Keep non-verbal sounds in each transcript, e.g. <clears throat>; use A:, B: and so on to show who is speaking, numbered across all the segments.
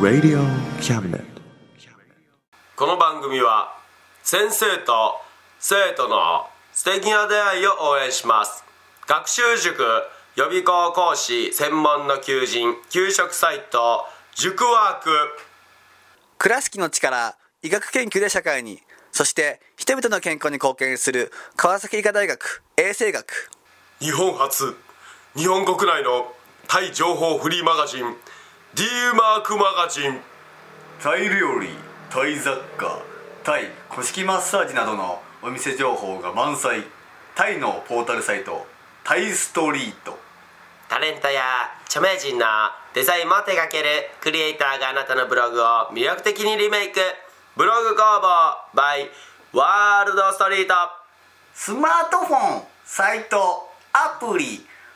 A: Radio Cabinet.
B: この番組は先生と生徒の素敵な出会いを応援します学習塾予備校講師専門の求人給食サイト塾ワーク
C: 倉敷の力医学研究で社会にそして人々の健康に貢献する川崎医科大学衛生学
B: 日本初日本国内のタイ情報フリーマガジン D マークマガジン
D: タイ料理タイ雑貨タイ古式マッサージなどのお店情報が満載タイのポータルサイトタイストリート
B: タレントや著名人のデザインも手掛けるクリエイターがあなたのブログを魅力的にリメイクブログ工房 by ワールドストリート
D: スマートフォンサイトアプリ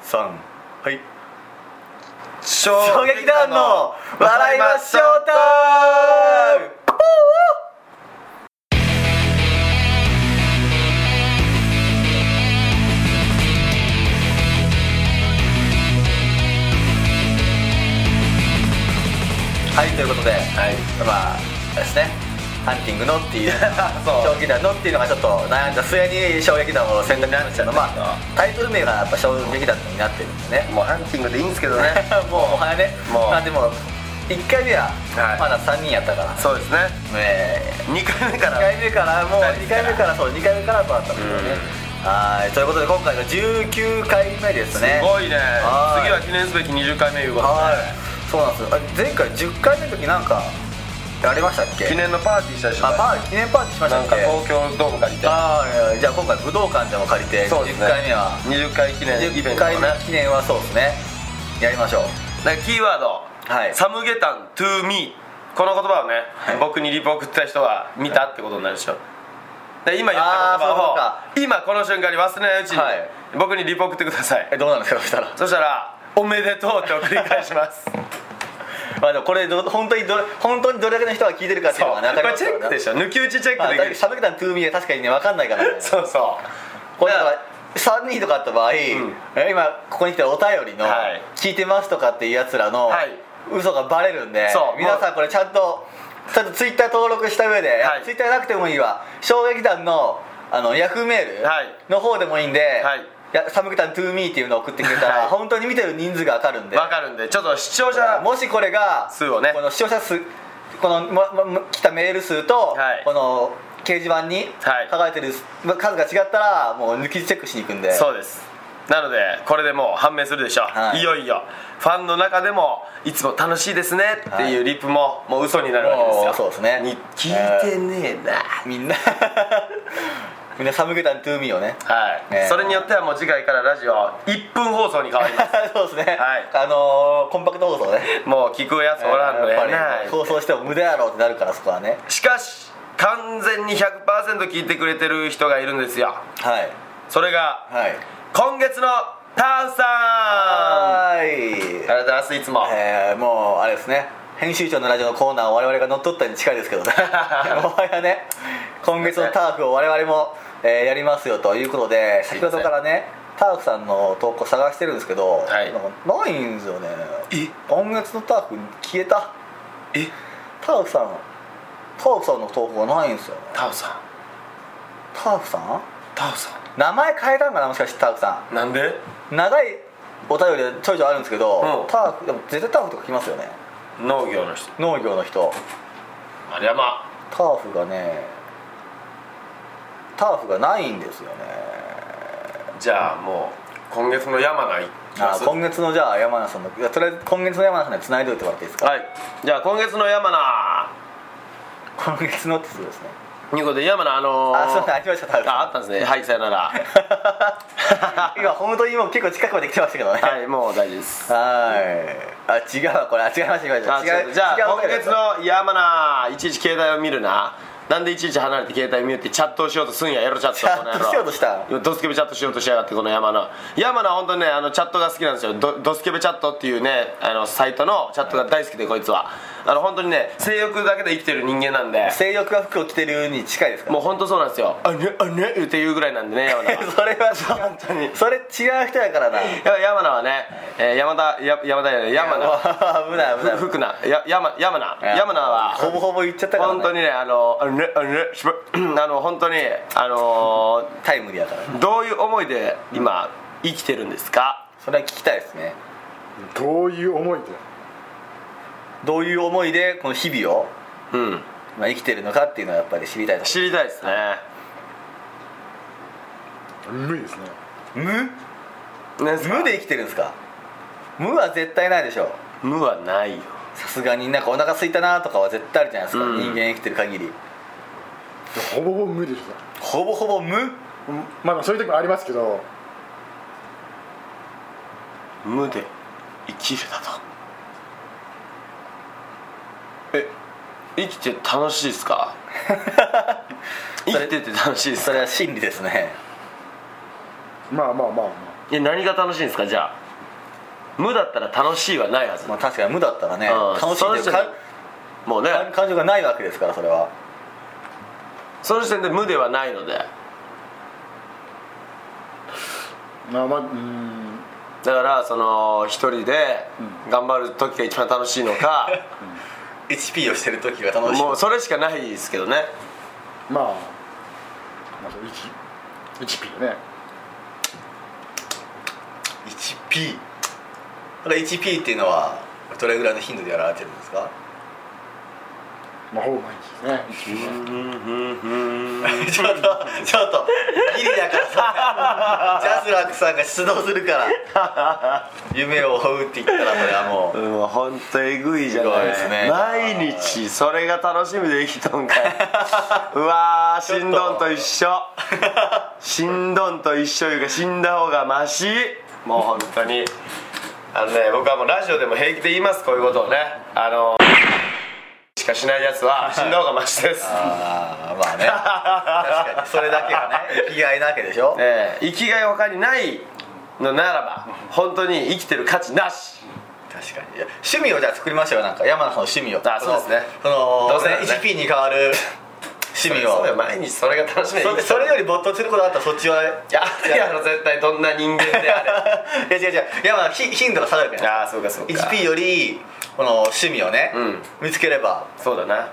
D: 3はい
C: 衝
D: 衝撃団の笑いましょうタイム
C: はいということで、まああれですねハンティングのっていう
E: <laughs>
C: 衝撃弾のっていうのがちょっと悩んだ末に衝撃弾を選択になっちゃうのまあタイトル名がやっぱ衝撃弾になってるんでね
E: もうハンティングでいいんですけどね
C: <laughs> もうもはやね
E: もう
C: まあでも1回目は
E: はい
C: まだ3人やったから、
E: そうですね
C: えー
E: 2回目か
C: 2
E: ら
C: 回目からもう
E: 二人
C: 2
E: で
C: 回目
E: す
C: からそう2回目からとあったんですけどねはいということで今回が19回目ですね
E: すごいね
C: はい
E: 次は記念すべき20回目いうこと
C: はいそうなんですよあ前回10回目の時なんかやりましたっけ
E: で記念のパーティーしたでしょ
C: あパー記念パーティーしまし
E: な
C: た
E: ん
C: っ
E: か
C: け
E: 東京ドーム借りて
C: あーじゃあ今回武道館でも借りて
E: そうで
C: 10
E: すね
C: 回目は
E: 20回記念イベントと
C: 10
E: か
C: 回
E: ね
C: 目記念はそうですねやりましょう
E: なんかキーワード
C: はい
E: サムゲタントゥーミーこの言葉をね、
C: はい
E: 僕にリプ送った人は見たってことになるでしょで今言った
C: あー
E: 言葉
C: そ
E: を今この瞬間に忘れないうちに、
C: はい
E: 僕にリプ送ってください
C: えどうなんですかそしたら
E: そしたら「おめでとう」って送り返し
C: <laughs>
E: ます
C: まあでもこれど本当にどれ本当にどれだけの人が聞いてるかってい
E: そ
C: うの
E: う
C: が
E: こ
C: ね分かり
E: れ
C: ます
E: チ
C: か
E: ェ
C: ら
E: ックでしょ抜き打ちチェッ
C: ま
E: ク
C: あ、
E: で
C: だ
E: きるし
C: サブタントゥーミーは確かにね分かんないから <laughs> ね
E: そうそ
C: これだから3人とかあった場合、え今ここに来たお便りの
E: はい
C: 「聞いてます」とかっていうやつらの
E: はい
C: 嘘がバレるんで、
E: そう
C: 皆さんこれちゃんとちゃんとツイッター登録した上で、
E: はい
C: ツイッターなくてもいいわ衝撃団のあのヤフーメール
E: はい
C: の方でもいいんで「
E: はい
C: やサムゲタントゥーミー」っていうのを送ってくれたら、
E: はい
C: 本当に見てる人数が分かるん
E: う
C: で
E: わかるんでちょっと視聴者
C: もしこれが
E: 数をね
C: この視聴者数この、ままま来たメール数と、
E: はい
C: この掲示板に
E: はい
C: 書かれてる数が違ったらもう抜きチェックしに行くんで
E: そうですなのでこれでもう判明するでしょう、
C: はい
E: い、よいよファンの中でもいつも楽しいですねって
C: はい
E: いうリップももう嘘になるわけです
C: も
E: よ
C: うそうですね
E: に聞いてねえな、
C: みんな <laughs> みんなサムゲタントゥーミーをね <laughs>
E: はい、
C: えー
E: それによってはもう次回からラジオ1分放送に変わり
C: <laughs>
E: ます
C: そうですね、
E: はい
C: あのーコンパクト放送ね
E: もう聞くやつおらんのや
C: やっぱ
E: な
C: り放送しても無駄やろうってなるからそこはね
E: しかし完全に100%聞いてくれてる人がいるんですよ
C: はい
E: それが
C: はい
E: 今月のタウさんあ
C: は
E: り
C: ーい
E: がとうございますいつも、
C: えー、もうあれですね編集長のラジオのコーナーを我々が乗っ取ったに近いです
E: <laughs>
C: けどねもはやね今月のターフを我々も、えーやりますよということで先ほどからねターフさんの投稿探してるんですけど、
E: はい
C: なんかないんですよね今月のターフ消えた
E: え
C: ターフさんターフさんの投稿がないんですよね
E: タウさん
C: ターフさん
E: タウさ
C: 名前変えたんかなもしかしてターフさ
E: んなんで
C: ん長いお便りはちょいちょいあるんですけど、
E: うん
C: ターフでも絶対ターフとか来ますよね
E: 農業の人
C: 農業の人
E: 丸山
C: ターフがねターフがないんですよね
E: じゃあもう今月の山がいきま
C: あ
E: す
C: 今月のじゃあ山名さんのいやとりあえず今月の山名さんで繋いでおいてもらっていいですか
E: はいじゃあ今月の山名
C: 今月のってそうですね
E: いうことで山名あのー、
C: あそうだありましたタオル
E: ああったんですねはいさよなら
C: <laughs> 今本当にもう結構近くまで来てましたけどねはい
E: はいもう大丈夫です
C: あ違うわこれあ違いました違いま
E: あ
C: した
E: 違うじゃあ
C: 違う
E: 今月の山名いちいち携帯を見るななんでいちいち離れて携帯見るってチャットをしようとすんやエロチャット
C: チャットしようとした
E: 今ドスケベチャットしようとしやがってこの山名山名本当にねあのチャットが好きなんですよドドスケベチャットっていうねあのサイトのチャットが大好きでこいつはあの本当にね性欲だけで生きてる人間なんで
C: 性欲が服を着てるに近いですか
E: もう本当そうなんですよあねあねっていうぐらいなんでね山名は
C: <laughs> それは本当にそれ違う人やからな
E: やっぱ山名はね、えー山田や山田やね山名
C: <laughs> 危ない危ない
E: 福名や山山名山名
C: ほ
E: は
C: ぼほぼ言っちゃったから、ね、
E: 本当にねあのあのねあのねしば <clears throat> あの本当にあの
C: タイムリーやからね
E: どういう思いで今生きてるんですか
C: それは聞きたいですね
F: どういう思いで
C: どういう思いでこの日々を、
E: うん
C: まあ、生きてるのかっていうのはやっぱり知りたいと
E: 知りたいですね
F: 無理ですね
C: 無
E: ね
C: 無で生きてるんですか無は絶対ないでしょ
E: 無はないよ
C: さすがになんかお腹空いたなとかは絶対あるじゃないですか、
E: うん
C: 人間生きてる限り
F: ほぼほぼ無理ですね
C: ほぼほぼ無
F: うんまあまあそういう時もありますけど
E: 無で生きるだとえ生きて楽しいです
C: <laughs>
E: か生きてて楽しいです
C: そ
E: か
C: れは真理ですね
F: まあまあまあま
E: いや何が楽しいんですかじゃあ無だったら楽しいはないはず、
C: まあ確かに無だったらね
E: うん
C: 楽しい
E: そ
C: と
E: の
C: いう
E: 時
C: か
E: 点でもうね
C: 感感情がないわけですからそれは
E: その時点で無ではないのでだ
F: あまあまあうーん
E: からその一人で頑張る時が一番楽しいの <laughs> か、
C: HP をしてる時が楽
E: もうそれしかないですけどね
F: まあまあそう1 1P だね
C: 1P これ 1P っていうのはどれぐらいの頻度でやられてるんですか
F: まあほぼ毎日ですね 1P は
C: ちょっとちょっとギリだからさジャスラックさんが出動するから夢を追うって言ったらそれはもう
E: うん本当えぐいじゃな
C: すご
E: い
C: いです
E: <laughs>
C: ね
E: 毎日それが楽しみで生きとんか <laughs> いうわーしんどんと一緒しんどんと一緒いうか死んだ方がマシもう本当にあのね僕はもうラジオでも平気で言いますこういうことをねあのしかしないやつは死んだ方がマシです
C: あーまあね確かにそれだけがね生きがいなわけでしょ
E: ええ生きがい他にないのならば本当に生きてる価値なし
C: 確かにいや趣味をじゃあ作りましょうよなんか山名さんの趣味を
E: あそうですね
C: その
E: ど
C: ど
E: う
C: う
E: せ
C: せ、
E: ならね
C: HP に変わる趣味を
E: そうだよ毎日それが楽しみで生
C: そ
E: きてる
C: それより没頭することあったらそっちはや
E: いやあるやろ絶対どんな人間であれ
C: いや違う違う山名ひ頻度が下がるから
E: ああそうかそうか
C: HP よりこの趣味をね、
E: ん
C: 見つければ
E: <laughs> そうだな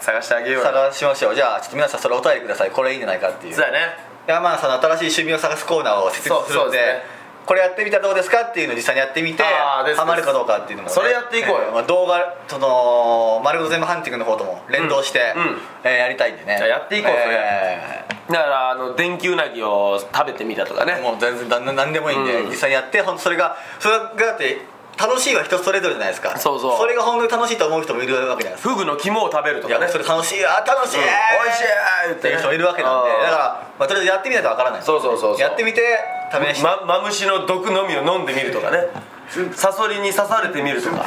E: 探してあげようよ
C: 探しましょうじゃあちょっと皆さんそれお便りくださいこれいいんじゃないかっていう
E: そうだね
C: 山名さんの新しい趣味を探すコーナーを設立する
E: そうそ
C: ん
E: う
C: で
E: ですね
C: これやってみたらどうですかっていうのを実際にやってみて
E: あーです
C: ハマるかどうかっていうのも、
E: それやっていこうよ
C: まあ動画その丸ごと全部ハンティングの方とも連動して、
E: うんうん
C: えーやりたいんでね
E: ややっていこうそれ
C: え
E: だからあの電球うなぎを食べてみたとか
C: ー
E: ね
C: もう全然何何でもいいんで、
E: うん
C: 実際にやってほんとそれがそれがだって楽しいは人それぞれじゃないですか
E: そうそう
C: それが本当に楽しいと思う人もいるわけじゃないですか
E: フグの肝を食べると
C: いや
E: かね
C: それ楽しいあー楽しい、
E: うん美味しい言っ
C: ってて
E: ね
C: いう人もいるわけなんで
E: あー
C: だから、まあ、とりあえずやってみないとわからない
E: そうそうそうそう
C: やってみて試して、
E: まマムシの毒のみを飲んでみるとかねサソリに刺されてみるとか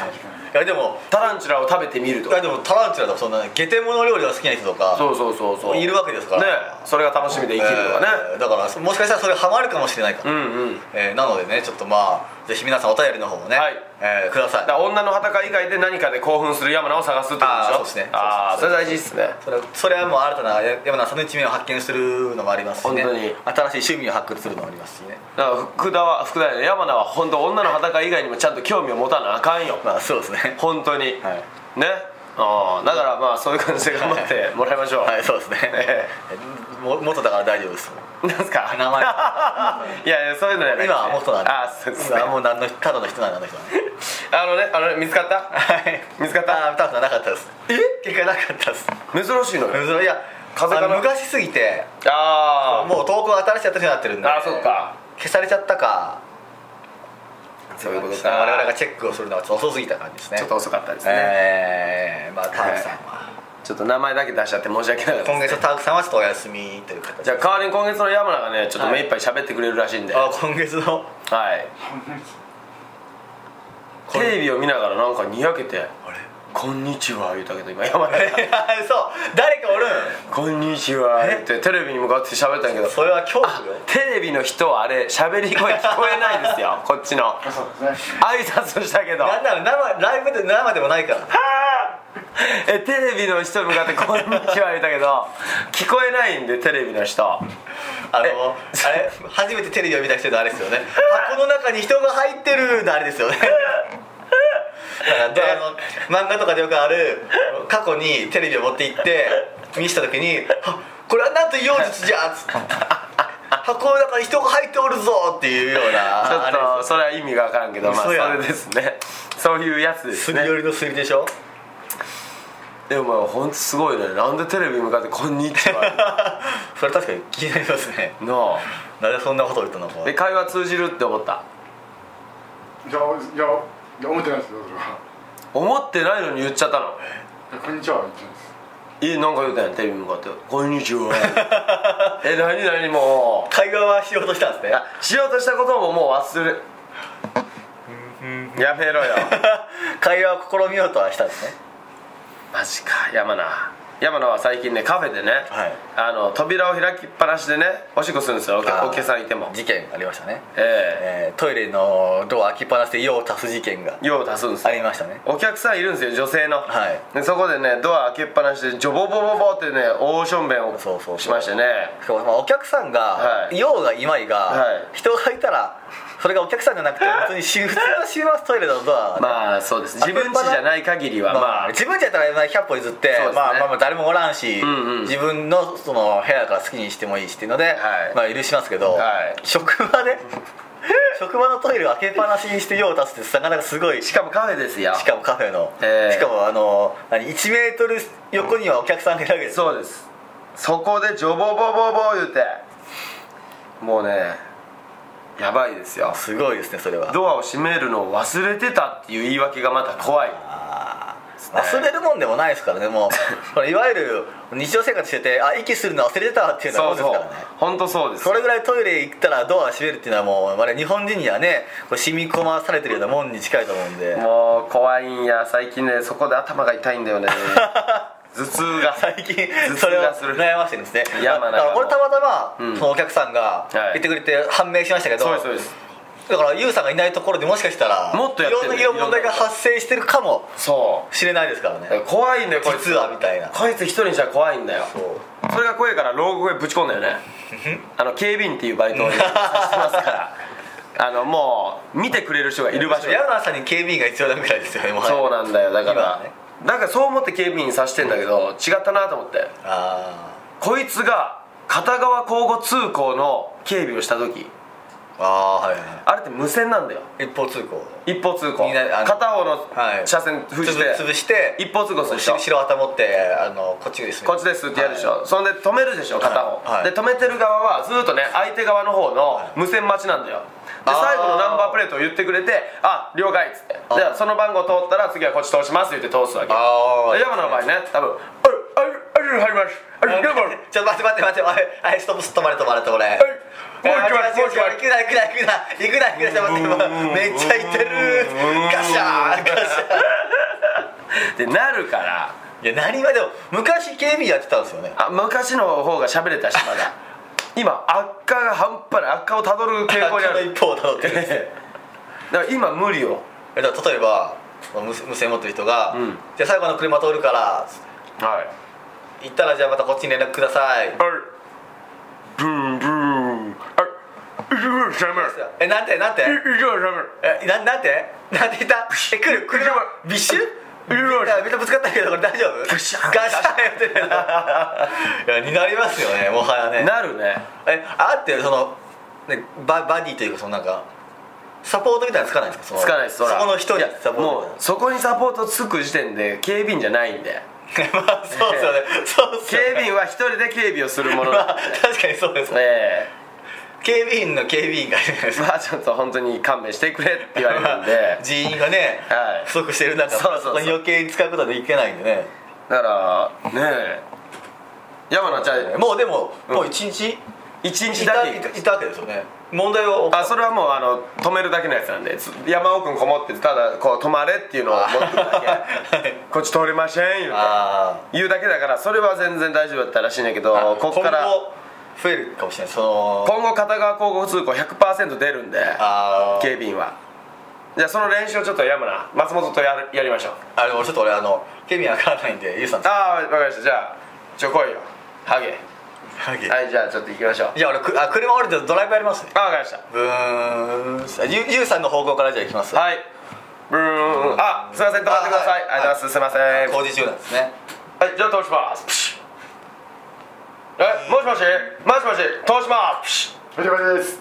C: いやでも
E: タランチュラを食べてみると
C: いや
E: か
C: でもタランチュラとかそんな下手物料理が好きな人とか
E: そうそうそうそう
C: いるわけですから
E: ねそれが楽しみで生きるとかね
C: えーだからもしかしたらそれハマるかもしれないか
E: う
C: ら、
E: んうん
C: えーなのでねちょっとまあぜひ皆さんお便りの方もね、
E: はい
C: えーください
E: だから女の裸以外で何かで興奮する山名を探すってことでしょ
C: あーそうですね
E: ああそ
C: そう
E: れ
C: そう
E: 大事ですね
C: それそれはもう新たなや山田さんの一面を発見するのもありますしね
E: 本当に
C: 新しい趣味を発掘するのもありますしね
E: だから福田は福田やね山名は本当女の裸以外にもちゃんと興味を持たなあかんよ
C: まあそうですね
E: 本当に、
C: はい
E: ねあーだからまあそういう感じで頑張ってもらいましょう、
C: はいそうですね、 <laughs>
E: え
C: も元だから大丈夫です
E: なんす
C: <laughs>
E: か
C: 名前
E: いやいやそういうのやない
C: 今は元なんで
E: あーそうですね
C: 今はもう何のただの人なんだあの人は
E: あのねあのね見つかった
C: はい
E: 見つかった
C: あー多分なかったですえ結果なかったです
E: 珍しいのよ
C: それいや
E: 風かな
C: あの昔すぎて
E: ああ
C: もう投稿新しいやつになってるんで
E: あーそっか
C: 消されちゃったか
E: そういうことか
C: 我々がチェックをするのはちょっと遅すぎた感じですね
E: ちょっと遅かったですね、
C: えー、まあ田辺さんは、
E: ちょっと名前だけ出しちゃって申し訳なかった
C: 今月のタークさんはちょっとお休みという形
E: じゃあ代わりに今月の山名がねちょっと目いっぱい喋ってくれるらしいんで、は
C: あ今月の
E: い、テレビを見ながらなんかにやけて
C: あれ
E: 「こんにちは」言うたけど今山
C: <laughs>
E: 名が
C: そう誰かおるん
E: 「こんにちは」ってテレビに向かって喋ったんやけど
C: それは恐怖よ
E: テレビの人はあれ喋り声聞こえないですよ
C: <laughs>
E: こっちの
F: そうですね
E: 挨拶したけど
C: なんなら生ライブで生でもないから
E: えテレビの人に向かって「こんにちは」言うたけど聞こえないんでテレビの人
C: あのあれ初めてテレビを見た人のあれですよね箱の中に人が入ってるのあれですよねだからであの漫画とかでよくある過去にテレビを持って行って見せた時に「あこれはなんと妖術じゃ!」っつって箱の中に人が入っておるぞっていうような
E: ちょ
C: あ
E: っ
C: れ
E: とそれは意味が分からんけどまあそ
C: 嘘や
E: れですねそういうやつです
C: すり
E: ね
C: 寄りのすりでしょ
E: でもまあほんとすごいねなんでテレビ向かって「こんにち <laughs> は
C: <laughs> それ確かに気になりますね」
E: の
C: なぜそんなこと言ったのか
E: で会話通じるって思った
F: じゃあじゃあじゃあ思ってないですよそれは
E: 思ってないのに言っちゃったの
F: いやこんにちは言ってないで
E: え
F: す
E: なんか言うたんやんテレビ向かって「こんにちは」 <laughs> え何何も
C: 会話はしようとしたんですね
E: うしようとしたことももう忘れ <laughs> やめろよ
C: <laughs> 会話を試みようとはしたんですね
E: マジか山名山名は最近ねカフェでね、
C: はい
E: あの扉を開きっぱなしでねおしっこするんですよお客
C: あー
E: お客さんいても
C: 事件ありましたね
E: え
C: えートイレのドア開きっぱなしで用を足す事件が
E: え用を足すんです
C: あ
E: よ
C: りましたね
E: お客さんいるんですよ女性の、
C: はい
E: でそこでねドア開けっぱなしでジョボボボボってね大ションベンを
C: そうそうそう
E: しましてね
C: しかもまあお客さんが、
E: はい
C: 用がいまいが、
E: はい
C: 人がいたらそれがお客さんじ
E: <laughs>
C: ゃなくて本当にし普通の週末トイレのドアがね、
E: まあそうです自分家じゃない限りは
C: まあ
E: まあ
C: 自分じゃやったらまあ100歩譲って、
E: そうですね
C: まあ、まあまあ誰もおらんし、
E: んうん
C: 自分のその部屋から好きにしてもいいしっていうので、
E: はい
C: まあ、許しますけど、
E: はい
C: 職場で <laughs> 職場のトイレを開けっぱなしにして用を足すってなかなかすごい
E: しかもカフェですよ
C: しかもカフェの、
E: ええ
C: しかもあの何1メートル横にはお客さんがいるわけです
E: そうですそこでジョボボボボ言うてもうねやばいですよ
C: すごいですねそれは
E: ドアを閉めるのを忘れてたっていう言い訳がまた怖い
C: 忘れるもんでもないですからねも
E: <laughs>
C: うこれいわゆる日常生活しててあ息するの忘れてたっていうのは
E: そ
C: も
E: うん
C: で
E: そう
C: すからね
E: 本当そうです
C: それぐらいトイレ行ったらドア閉めるっていうのはもう我々日本人にはねこう染み込まされてるようなもんに近いと思うんで
E: もう怖いんや最近ねそこで頭が痛いんだ
C: <laughs>
E: よね頭痛が
C: 最近
E: 頭痛が
C: それを
E: する
C: <laughs> 悩ましてるんですね
E: いやまあ
C: だから
E: なんかも
C: こ
E: う
C: れたまたま、
E: ん
C: そのお客さんが
E: はい
C: 言ってくれて判明しましたけど、
E: そうですそうです
C: だから YOU さんがいないところでもしかしたら
E: もっとやってる
C: いろんな問題が発生してるかも
E: そ
C: しれないですからね
E: う怖いんだよこいつ
C: 実はみたいな
E: こいつ一人にしたら怖いんだよそれが怖いから牢獄へぶち込んだよねあの警備員っていうバイトを
C: <laughs>
E: させてますからあのもう見てくれる人がいる場所に
C: ヤナさんに警備員が必要なぐらいですよねもはや
E: そうなんだよだか
C: 今は
E: ら、
C: ね
E: なんかそう思って警備員さしてんだけど違ったなと思って
C: あ
E: こいつが片側交互通行の警備をした時
C: ーあーはいは
E: あれって無線なんだよ
C: い一方通行
E: 一方通行
C: みんなあの
E: 片方の
C: はい
E: 車線封じて、
C: 潰潰して
E: 一方通行する人
C: 後ろ旗持ってあのこっちです
E: こっちですってやるでしょ、そんで止めるでしょ片方、
C: はいはい
E: で止めてる側はずーっとね相手側の方の無線待ちなんだよで
C: あー
E: 最後のナンバープレートを言ってくれて「あ了解」っつって
C: あ
E: でその番号通ったら次はこっち通しますって言って通すわけ
C: あー
E: で山の場合ね多分「あるあるある入りますある
C: ち
E: 了
C: ょっと
E: <laughs> 解
C: 待って待って待ってあれあれストップ止まれ止まれ止まれはい
E: もう行きますもう行きます
C: 行くな行くな行くな行くな行くな待って待ってめっちゃいてるガシャーンガシ
E: ってなるから
C: ャーンいや何はでも昔警備やってたんですよね
E: あ昔の方が喋れたしまだ今悪化が半端ない悪化をたどる傾向にあ
C: この
E: る
C: 一方をたどってるんですよ
E: <laughs> ええだから今無理よ
C: えだから例えばまあ無無線持ってる人が、
E: うん
C: じゃあ最後の車通るから
E: はい
C: 行ったらじゃあまたこっちに連絡ください
E: <laughs> あれブンブンあれいじめしゃめ
C: えなんてなんて
E: いじめしゃめ
C: えななんてなんて言ったえ来る車ビッシュ
E: いるわ
C: いやみんなぶつかったけどこれ大丈夫ガシャンガシャンや <laughs> ってるいやになりますよねもはやね
E: なるね
C: えあってそのねババディというかそのなんかサポートみたいなのつかないんですかその
E: つかないですそ
C: そ
E: ら
C: この人
E: い
C: に
E: や
C: サポート
E: もうそこにサポートつく時点で警備員じゃないんで
C: みたいな <laughs> まあそうですよねそうです
E: 警
C: よね
E: 備員は一人で警備をするもの
C: ま
E: なん
C: あ
E: で
C: 確かにそうですね
E: え
C: 警備員の警備員がいるじゃないで
E: え
C: すか
E: まあちょっと本当に勘弁してくれって <laughs> 言われるんで
C: 人員がね
E: はい
C: 不足してる中
E: そうそうそう
C: こに余計に使うことはできないんでね
E: だからねえ山名ちゃん
C: もうでも、もう一日
E: 一
C: い
E: 日だ
C: た
E: け
C: いたいたわけですよね問題を <laughs>
E: あそれはもうあの止めるだけのやつなんでつ山奥にこもってただこう止まれっていうのを持ってるだけ <laughs> こっち通れません言うて
C: あ
E: 言うだけだからそれは全然大丈夫だったらしいんだけど
C: あ
E: こっから
C: 今後増えるかもしれないその
E: 今後片側交互通行100%出るんで
C: あー
E: 警備員はじゃあその練習をちょっと山名松本とやるやりましょう
C: あれ俺ちょっと俺あのケミわからないんでゆうさんと
E: ああ分かりましたじゃあちょ来いよハゲ
C: は
E: はいじゃあちょっと行きましょう
C: いじゃあ俺くあ車降りてドライブやりますね
E: ああ分かりました
C: ブーンあゆゆうさんの方向からじゃあ行きます
E: はいブーンあすいません止まってください
C: あ
E: ありがとうございますすいません
C: 工事中なんですね
E: はい、じゃあ通します。プシュえ、もしもし、もしもし、通します。プシ
F: お疲れ様です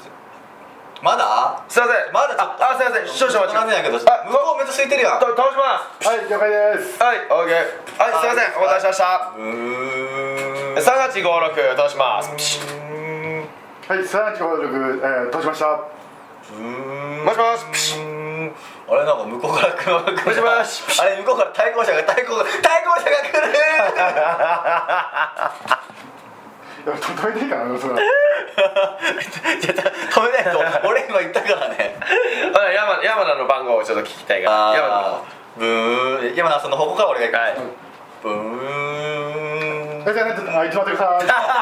C: まだ
E: ュすいません、
C: まだちょっと
E: あ、あすいません、少々お待ち。
C: なんやけど向
E: あ、
C: こうめっちゃ空いてるやん
E: と通します。
F: はい了解です
E: はい、オーケー。はい、すいません、お待たせしました。
C: ブーン
E: 三八五六、通します。プシュ
F: はい三八五六えー通しました
E: もしもし、プシュ
C: あれなんか向こうから車が来る
E: もしもし
C: あれ向こうから対向車が対向が対向車が来る
F: やっぱ止めていいかなそ
C: <laughs>
F: れ
C: じゃあ止めないと俺今言ったからね
E: ほら、山、山名の番号をちょっと聞きたいから。山名の
C: あーブーン山田さんの方向から俺が
E: は
C: 行
E: い
C: く、ブーン
F: えじゃあねちょっとあちょっと待ってくださいあじ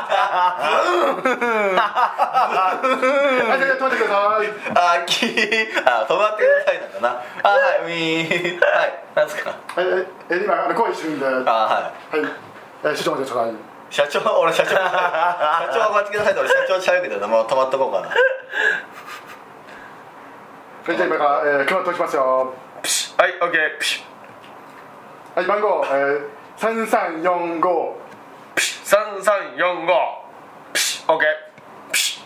F: ゃあちょっと待ってください
C: あーきあー止まってくださいなんだなあーはいウィーンはいなんすか
F: はいええ今あの恋してるんではい
C: あ
F: えーちょっと待ってください
C: ーはい社長俺社長社長お待ちくださいって俺社長ちゃうけどなもう止まっとこうかな
F: はいじゃあ今からえー車通しますよ
E: はい、オーケー。プシュ
F: はい番号え三三四五
E: プシュ三三四五。プシュオーケー。プシ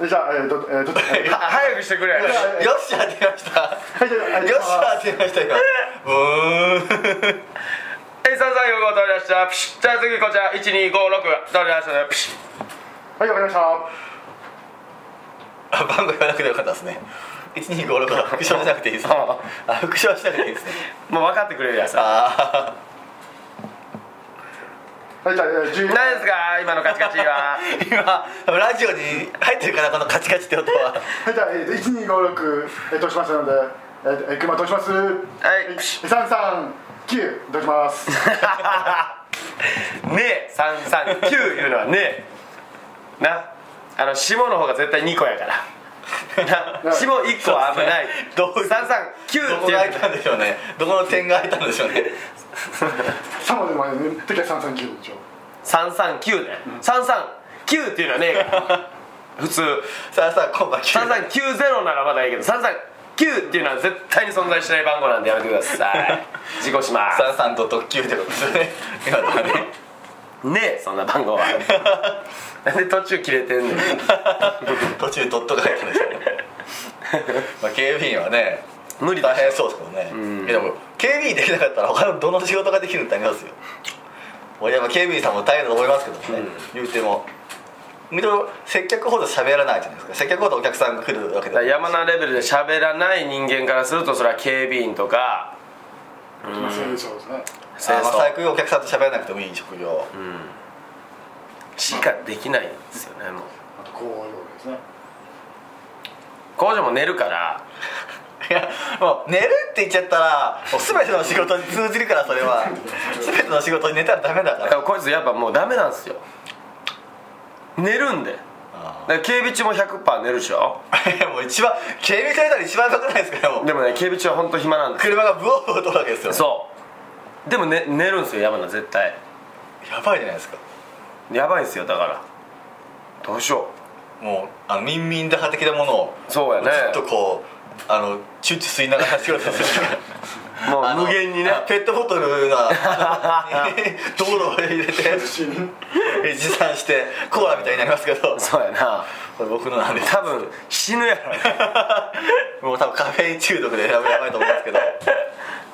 E: ュ
F: じゃあえーとえーちょっとはい
E: は早くしてくれ。
C: よし当てました
F: じゃああ
C: よし当てました今
E: え、三三四五通りました。プシュじゃあ次こちら一二五六通りましたね。プシュ
F: はいわかりました
C: あ番号言わなくてよかったですね1256は <laughs> 復唱しなくていいですねあ復唱しなくていいですね
E: もう分かってくれるやつ。
C: ああ
F: はいじゃあえー十
E: 何ですか今のカチカチは <laughs>
C: 今ラジオに入ってるかなこのカチカチって音は
F: はい、じゃあ、えー、一二五六、えー、通しますので、えー、えー、車通します。はい三三九、通します。 <laughs>
E: ねえ339いうのはねえなあの下の方が絶対2個やから
C: <laughs>
E: な下1個は危ない
C: どういうど
E: 339っ
C: こ
E: て
C: が
E: いう
C: 開いたんでしょうねどこの点が開いたんでしょうね
F: 三まで前に、ね、時は三三九でしょ
E: 339ね339っていうのはねえから
C: <laughs>
E: 普通
C: さあさあ今晩聞い
E: 3390ならまだいいけど339っていうのは絶対に存在しない番号なんでやめてくださ
C: <laughs>
E: い事故します
C: さあさんと特急ってことですよね今のはね
E: ねえそんな番号は
C: <laughs>
E: なんで途中切れてんねん
C: <laughs> 途中ドットが入ったんでしょうねまあ警備員はね
E: 無理だ
C: 大
E: し
C: 変そうですけどね、いやでも警備員できなかったら他のどの仕事ができるってありますよもうやっぱ警備員さんも大変だと思いますけどもね、言うてもみと接客ほど喋らないじゃないですか接客ほどお客さんが来るわけ
E: だから
C: で
E: 山名レベルで喋らない人間からするとそれは警備員とか
F: まあ、そうでしょうですね。
E: 清
C: あまあ
E: 掃
C: 最悪お客さんと喋らなくてもいい職業、
E: しかできないんですよねもう
F: あと、こういうことですね。
E: 工場も寝るから
C: いやもう寝るって言っちゃったらもう全ての仕事に通じるからそれは全ての仕事に寝たらダメだ
E: だ
C: か
E: かららこいつやっぱもうダメなんですよ寝るんでだから警備中も100%寝るでしょ
C: <laughs> もう一番警備されたら一番良くないですかもう
E: でもね警備中は本当暇なんです
C: 車がブオーブオー通るわけですよ
E: そうでも、ね、寝るんですよ山名絶対
C: やばいじゃないですか
E: やばいんですよだからどうしよ
C: もうあのミンミン打破的なものを
E: うそうやね
C: ずっとこうあのチュッチュ吸いながら仕事する
E: も
C: <laughs> あの
E: う無限にね
C: あペットボトル <laughs> が道路へ入れて
F: 死に。
C: 持参してコーラみたいになりますけど
E: そうやな
C: これ僕のなんで
E: 多分死ぬやろ
C: <laughs> もう多分カフェイン中毒でやばいやばいと思うんですけど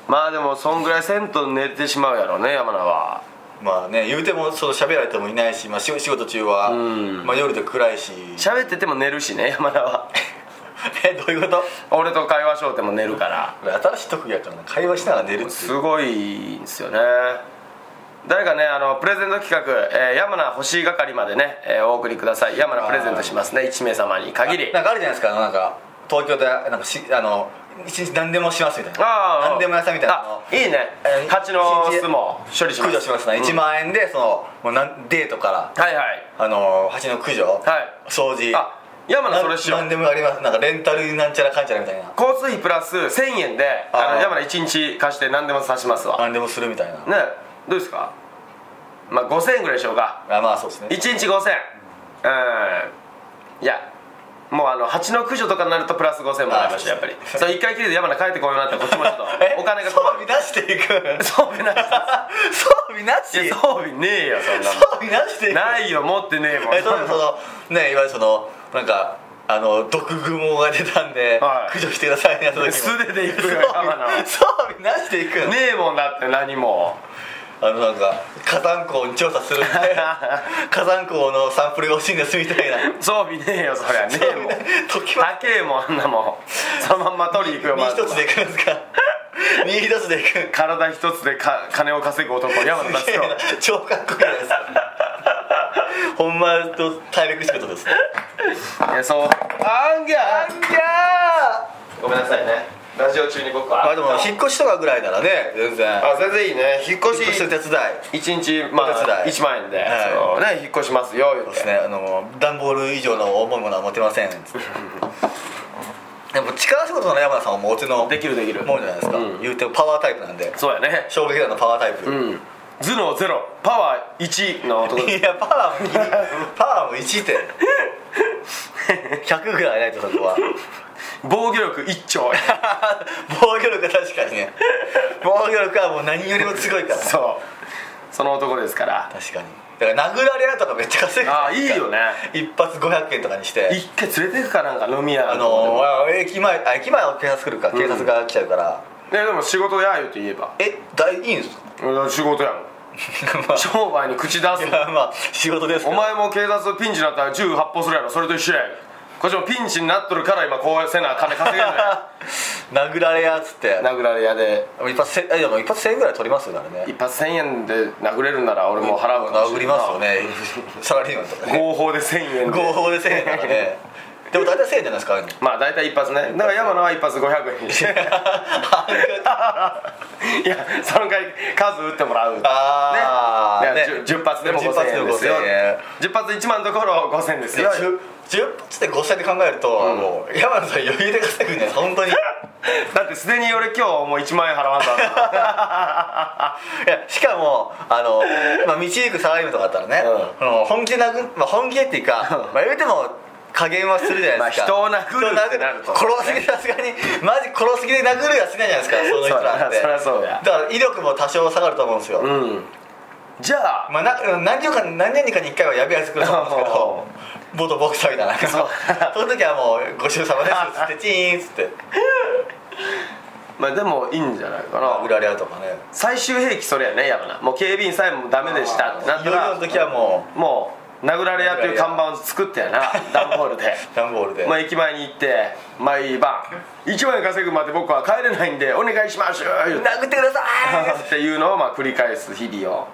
E: まあでもそんぐらい銭湯に寝てしまうやろうね山名は
C: まあね言うてもその喋られてもいないし、まあ、仕仕事中は、
E: ん
C: まあ、夜で暗いし
E: 喋ってても寝るしね山名は
C: <laughs> えどういうこと
E: 俺と会話しようても寝るから
C: 俺新しい特技やったのに会話しながら寝るっていう
E: すごいんですよね誰かねあのプレゼント企画、えー、山名欲しい係までね、えーお送りください山名プレゼントしますね1名様に限り
C: なんかあるじゃないですかなんか東京でなんかしあの一日何でもしますみたいな
E: あー
C: 何でも屋さんみたいなの
E: あいいね
C: えー
E: 蜂の巣も処理しま
C: 駆除
E: す
C: しますな、1万円でそのもうなんデートから
E: はいはい
C: あの蜂の駆除、
E: はい
C: 掃除
E: あ山名それしよ
C: なん
E: う
C: でもありますなんかレンタルなんちゃらかんちゃらみたいな
E: 交通費プラス1000円で
C: あー
E: あの山名1日貸して何でも差しますわ
C: 何でもするみたいな、
E: ねどうですかまあ5000円ぐらいでしょうか
C: あまあそうですね
E: 1日5000うんいやもうあの蜂の駆除とかになるとプラス5000もらいましたやっぱりそう一回きりで山名帰ってこようなってこっちもちょっと
C: え
E: お金が困
C: <laughs> 装備
E: る
C: なしでいく
E: 装備ない
C: <laughs> 装備なし
E: い <laughs> や装備ねえよそんな
C: 装備なしで
E: もん
C: いく
E: ないよ持ってねえもん
C: え例えばその <laughs> ねいわゆるそのなんかあの毒蜘蛛が出たんで、
E: はい
C: 駆除してくださいねやった時
E: <laughs>
C: も
E: 素手で行くよ
C: 装
E: 山名は
C: 備装備なしでいくの、
E: ねえもんだって何も
C: あのなんか火山口に調査 <laughs> するみたいな火山口のサンプルが欲しいんですみたいな
E: 装備ねえよそりゃねえもん
C: 時は
E: 高えもんあんなもんそのまんま取り行くよ
C: 身
E: まず
C: 一つでいくんですか身一つでいくん
E: 体一つでか金を稼ぐ男山名
C: す
E: 達
C: げえ
E: 郎
C: な超かっこいいじゃないですかほんまと体力仕事ですね
E: いやそうあんぎゃあんぎゃごめんなさいねラジオ中に僕は
C: まあでも引っ越しとかぐらいならね全然
E: あ全然いいね引っ
C: 引っ
E: 越
C: 越し
E: し
C: の手伝い
E: 一日ま
C: お手
E: あ
C: 伝い
E: 1万円で、
C: はい
E: そうね引っ越しますよ言
C: そう
E: う
C: です
E: て
C: ねあの段ボール以上の重いものは持てませんでも力仕事の山田さんはもうお手の
E: できるできる
C: もんじゃないですか、
E: うん
C: 言うてもパワータイプなんで
E: そうやね
C: 衝撃弾のパワータイプ、
E: うん頭脳ゼロパワー1の
C: <laughs>
E: 男
C: いやパワーもギリパワーも1点100ぐらいないとそこは
E: 防御力1兆
C: <laughs> 防御力は確かにね防御力はもう何よりも強いから確
E: そうその男ですから
C: かにだから殴られるとかめっちゃ稼ぐ
E: ああいいよね
C: 一発500円とかにして
E: 一回連れてくかなんか飲み屋
C: あ
E: とかで
C: の
E: も
C: ー、駅前あ駅前は警察来るか警察が来ちゃうから、
E: ねでも仕事や言うて言えば
C: え大いいんですか
E: <laughs> うん仕事やもん
C: ま
E: 商売に口出す
C: あい
E: な
C: やまあ仕事です
E: お
C: から
E: 前も警察ピンチになったら銃発砲するやろそれと一緒やこっちもピンチになっとるから今こうせな金稼げんのや
C: 殴られやっつって
E: 殴られ屋で
C: 一発せえでも一発1000円ぐらい取りますよからね
E: <laughs> 一発1000円で殴れるんなら俺も払うかもし
C: 殴
E: れ
C: り
E: んな
C: ます
E: <laughs>
C: よねサラリーマンとかね
E: 合法で1000円で
C: 合法で1000円だからねでも大体1000円じゃないですかああいうの
E: まあ大体一発ねだから山野は一発500円にして <laughs> いやその回数打ってもらう
C: あー
E: ね
C: ね
E: ね 10, 発でも5000円ですよ
C: 10発でも
E: 10発1万のところ5000円ですよ
C: 10 10発で5000円で考えると、もう山野さん余裕で稼ぐね本当にい
E: <laughs> だってすでに俺今日もう1万円払わんとあ <laughs> かん
C: やしかもあの、まあ、道行くサラリーマンとかだったらね、
E: うん
C: その本気で殴る、まあ、本気でっていうか、まあ、言うても加減はするじゃないですか、
E: まあ人を殴るってなると
C: 人を殴る殺す気さすがにマジ殺す気で殴るやついないじゃないですかその人なんて
E: そうだなそりゃそうや
C: だから威力も多少下がると思うんですよ、
E: うんじゃあ
C: まあ、な何年か何年かに1回はやべえやつ来ると思うんです
E: <laughs>
C: けど元ボクサーみたいなそ
E: そう
C: その時はもう「ご愁様です」
E: <laughs>
C: っつってチーンっつって
E: まあでもいいんじゃないか
C: 売
E: な
C: られ合うとかね
E: 最終兵器それやね山名もう警備員さえもダメでしたってなっ
C: い
E: た
C: よいよの
E: ら
C: 時はも
E: もう殴られ屋っていう看板を作ってやな段ボール
C: <laughs>
E: で
C: う段ボールで、
E: まあ駅前に行って毎晩1万円稼ぐまで僕は帰れないんでお願いします言う
C: <laughs>
E: て
C: 殴ってくださ
E: っていうのをまあ繰り返す日々を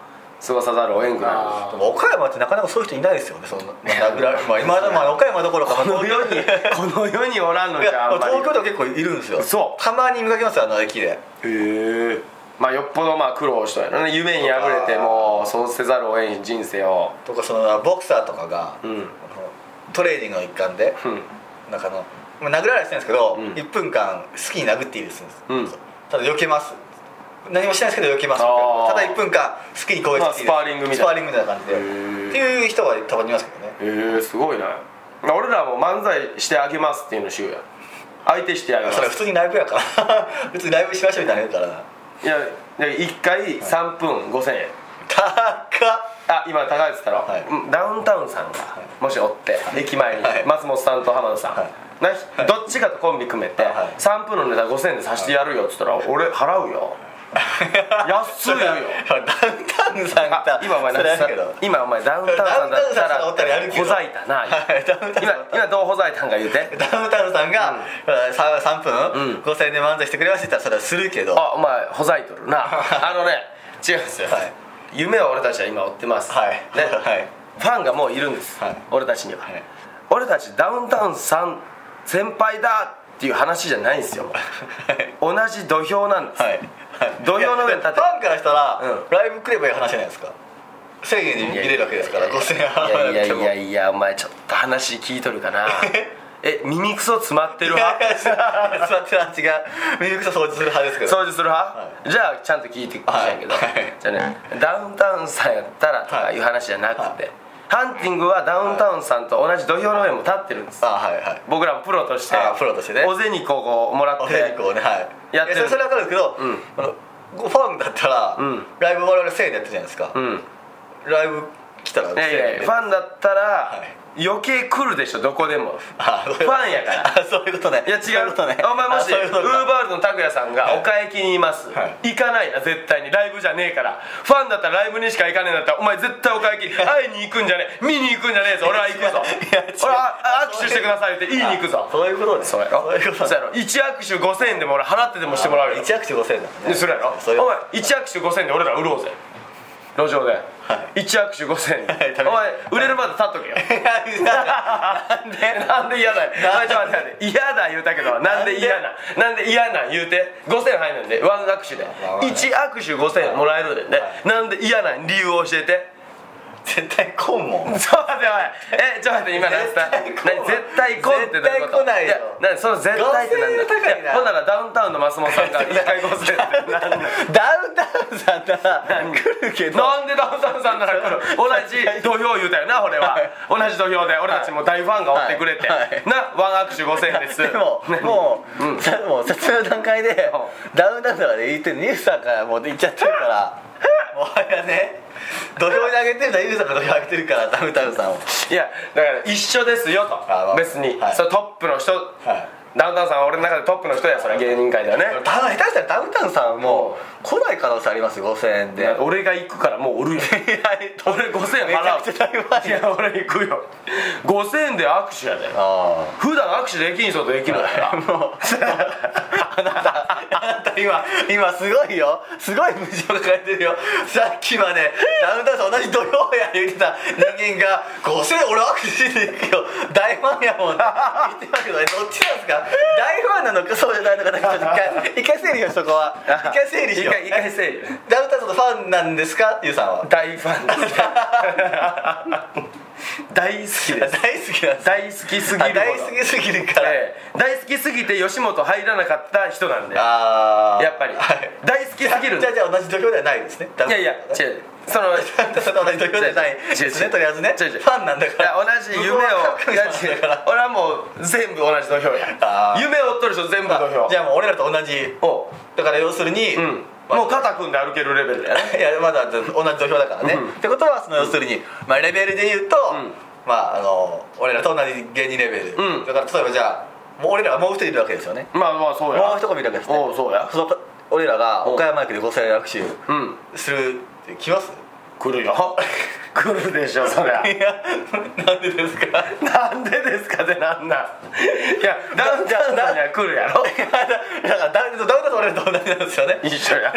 E: 過ごさざるを得んくなる
C: いでも岡山ってなかなかそういう人いないですよねそんな殴られまあ今のまあ岡山どころかまあ
E: この
C: 東京
E: 世にこの世におらんの
C: い
E: じゃ
C: や
E: あんまり
C: 東京でも結構いるんですよ
E: 嘘
C: たまに見かけますよあの駅で
E: へえまあよっぽどまあ苦労したんやろね夢に破れてもうそうせざるを得ん人生を
C: とかそのボクサーとかが、
E: うん
C: トレーニングの一環で、
E: うん
C: なんかあのまあ殴られはしてるんですけど、
E: ん
C: 1分間好きに殴っていいです、
E: うん
C: ただ避けます何もしないですけど避けます
E: あー
C: ただ1分間好きに攻撃していいです
E: まあスパーリングみたいな
C: スパーリングみたいな感じで
E: へ
C: っ
E: ー
C: ていう人はたまにいますけどね
E: えー、すごいな俺らも漫才してあげますっていうのしようや相手してあげま
C: それは
E: す
C: 普通にライブやから <laughs> 普通にライブしましょうみたいなのやるから
E: いや1回3分5000円
C: 高っ
E: あ今高いっつったら、
C: はい
E: うんダウンタウンさんがもしおって、駅前に、
C: はい
E: 松本さんと浜田さん、
C: はい
E: などっちかとコンビ組めて、
C: はい
E: 3分のネタ5000円でさしてやるよっつったら、俺払うよ安いよ
C: ダウンタンさんが
E: <laughs> 今お前
C: それ
E: 何
C: あ
E: さ
C: るけど
E: 今お前ダウンタウンさんだった
C: ダウンタウンさんおったらやる
E: ら
C: けど
E: ほざいたな
C: はいダウンタウンさん
E: 今今どうほざいたんか言う
C: <laughs>
E: て
C: ダウンタウンさんが、さ
E: うん
C: 三3分5000円で漫才してくれましたって言ったらそれはするけど
E: あお前ほざいとるなあのね違うんですよ、
C: はい
E: 夢を俺たちは今追ってます、
C: はい
E: ね
C: はい
E: ファンがもういるんです、
C: はい
E: 俺たちには、
C: はい
E: 俺たちダウンタウンさん先輩だっていう話じゃないんですよもう同じ土俵なんです、
C: はい
E: 土俵の上に立て
C: いやファンからしたら、
E: うん
C: ライブ来ればいい話じゃないですか1000円で見れるわけですから5000円払わなくても
E: いやいやいやいやお前ちょっと話聞いとるか
C: <laughs>
E: なえ耳くそ詰まってる派
C: いやいやいや座ってる話がミルクと掃除する派ですけど
E: 掃除する派、
C: は
E: じゃあちゃんと聞いてほしいんやけど、
C: はい
E: じゃあねダウンタウンさんやったらとかいう話じゃなくて、ハンティングはダウンタウンさんと同じ土俵の上にも立ってるんです、
C: あはいはい
E: 僕らもプロとして
C: あプロとしてね
E: お銭こうもらっ
C: お
E: て
C: 手肉をねはい
E: やってる
C: いそれそれ分かるんですけど、
E: うん
C: あのごファンだったら、
E: うん
C: ライブ我々1000円でやってるじゃないですか、
E: うん
C: ライブ来たら1000円
E: いやいやいやファンだったら
C: は
E: 余計来るでしょどこでも
C: あそういう
E: ファンやから
C: あそういうことね
E: いや違
C: そ
E: う
C: ういうことね
E: お前も
C: あ
E: し
C: そう
E: ウ
C: い
E: ー
C: う
E: バール
C: ことね
E: の拓哉さんが
C: はい
E: おかえきにいます、
C: は
E: 行かないな絶対にライブじゃねえからファンだったらライブにしか行かねえんだったらお前絶対おかえ
C: <laughs>
E: き会いに行くんじゃねえ見に行くんじゃねえぞ俺は行くぞ
C: いや違う
E: 俺はあ握手してくださいって言いに行くぞ
C: そういうことね
E: そうやろ
C: そういうこと
E: そうやろ1握手5000円でも俺払ってでもしてもらうよ
C: 一握手5000円だもんね
E: それやろ
C: そういう
E: お前1握手5000円で俺ら売ろうぜ路上で、一1握手5000円、
C: はい
E: お前売れるまで立っとけよ
C: <laughs> いやなんで
E: なんで嫌だよ
C: なんで
E: ちょっと待って待って嫌だ言うたけどなんで嫌ななんで嫌なん言うて5000円入るんでワン握手で
C: まあまあ
E: 1握手5000円もらえるでねなんで嫌なん理由を教えて
C: 絶対来んもん
E: <laughs> ちょっと待っておいえちょっと待って今何つった
C: 絶対来ん
E: 何
C: わ
E: 絶対来んってどういうこと
C: 絶対来ないよ
E: や何その絶対ってなんだ
C: 5000円高いな
E: やほんならダウンタウンの松本さんが1回5000円ってなんなん
C: <laughs> ダウンタウンさんなら
E: 何
C: 来るけど
E: なんでダウンタウンさんなら来る同じ土俵言うたよな俺は同じ土俵で俺たちも大ファンがおってくれて、
C: はいはい
E: なワン握手5000円です
C: でももう、
E: うん
C: さもう説明の段階で、
E: う
C: ダウンタウンとかで言ってるニュースさんからもう言っちゃってるからもはやね土俵に上げてるだニュースさんが土俵に上げてるからダウンタウンさんを
E: いやだから一緒ですよと
C: あまあ
E: 別に、
C: はい
E: それトップの人、ダウンタウンさんは俺の中でトップの人やそれ芸人界ではね
C: ただ下手したらダウンタウンさんも来ない可能性ありますよ5000円でいや
E: 俺が行くからもう売るよ俺5000円
C: めち
E: 払
C: ゃ
E: う
C: くちゃ大ファ
E: い
C: ンや
E: や俺行くよ5000円で握手やで
C: ああ
E: 普段握手できん人とできるんやから
C: もうあなたあなた今今すごいよすごい無事を抱えてるよさっきまでダウンタウンさん同じ土曜や言ってた人間が「5000俺握手していくよ大ファンやもん」言ってますけどねどっちなんですか大ファンなのかそうじゃないのかだけちょっと一回一回整理よそこは一回整理しよう
E: 一回整理
C: ダウンタウンさんのファンなんですかゆうさんは
E: 大ファン
C: <laughs>
E: です大好き
C: 大
E: で
C: 好
E: す
C: きなんです
E: 大好きすぎる
C: あ
E: ほど
C: 大好きすぎるから、
E: ええ大好きすぎて吉本入らなかった人なんでや
C: ああ
E: っぱり、
C: はい
E: 大好きすぎるんで
C: じゃあじゃあ同じ土俵ではないですね
E: いやいや違うその
C: <laughs> 同じ土俵じゃない
E: 違う違う
C: ですねとりあえずね
E: 違う違う
C: ファンなんだ
E: い
C: か
E: や
C: ら
E: 同じ夢をい
C: 僕
E: や
C: は神様
E: 違
C: だ
E: う
C: から
E: 俺はもう全部同じ土俵
C: あ
E: や
C: ー
E: 夢を追っとる人全部土
C: まあ
E: 俵
C: じゃあもう俺らと同じ
E: お
C: だから要するに
E: う、うんもう
C: か
E: 肩組んで歩けるレベルだよね
C: <laughs> いやまだ同じ土俵だからね、
E: うん
C: ってことはその要するに、まあ、レベルで言うと、
E: ん
C: まああの俺らと同じ芸人レベル、
E: うん
C: だから例えばじゃあもう俺らはもう一人いるわけですよね
E: まあまあそうや
C: もう一組いるわけですね
E: おうそうや
C: その俺らが岡山駅で5000円握
E: うん
C: 手するって来ます
E: 来るよ <laughs> 来るでしょそりゃ
C: いやなんでですか
E: なんでですかってなんなんいやダウンタウンさんには来るやろ
C: だからダウンタウンダウンタウンと俺らと同じなんですよね <laughs>
E: 一緒や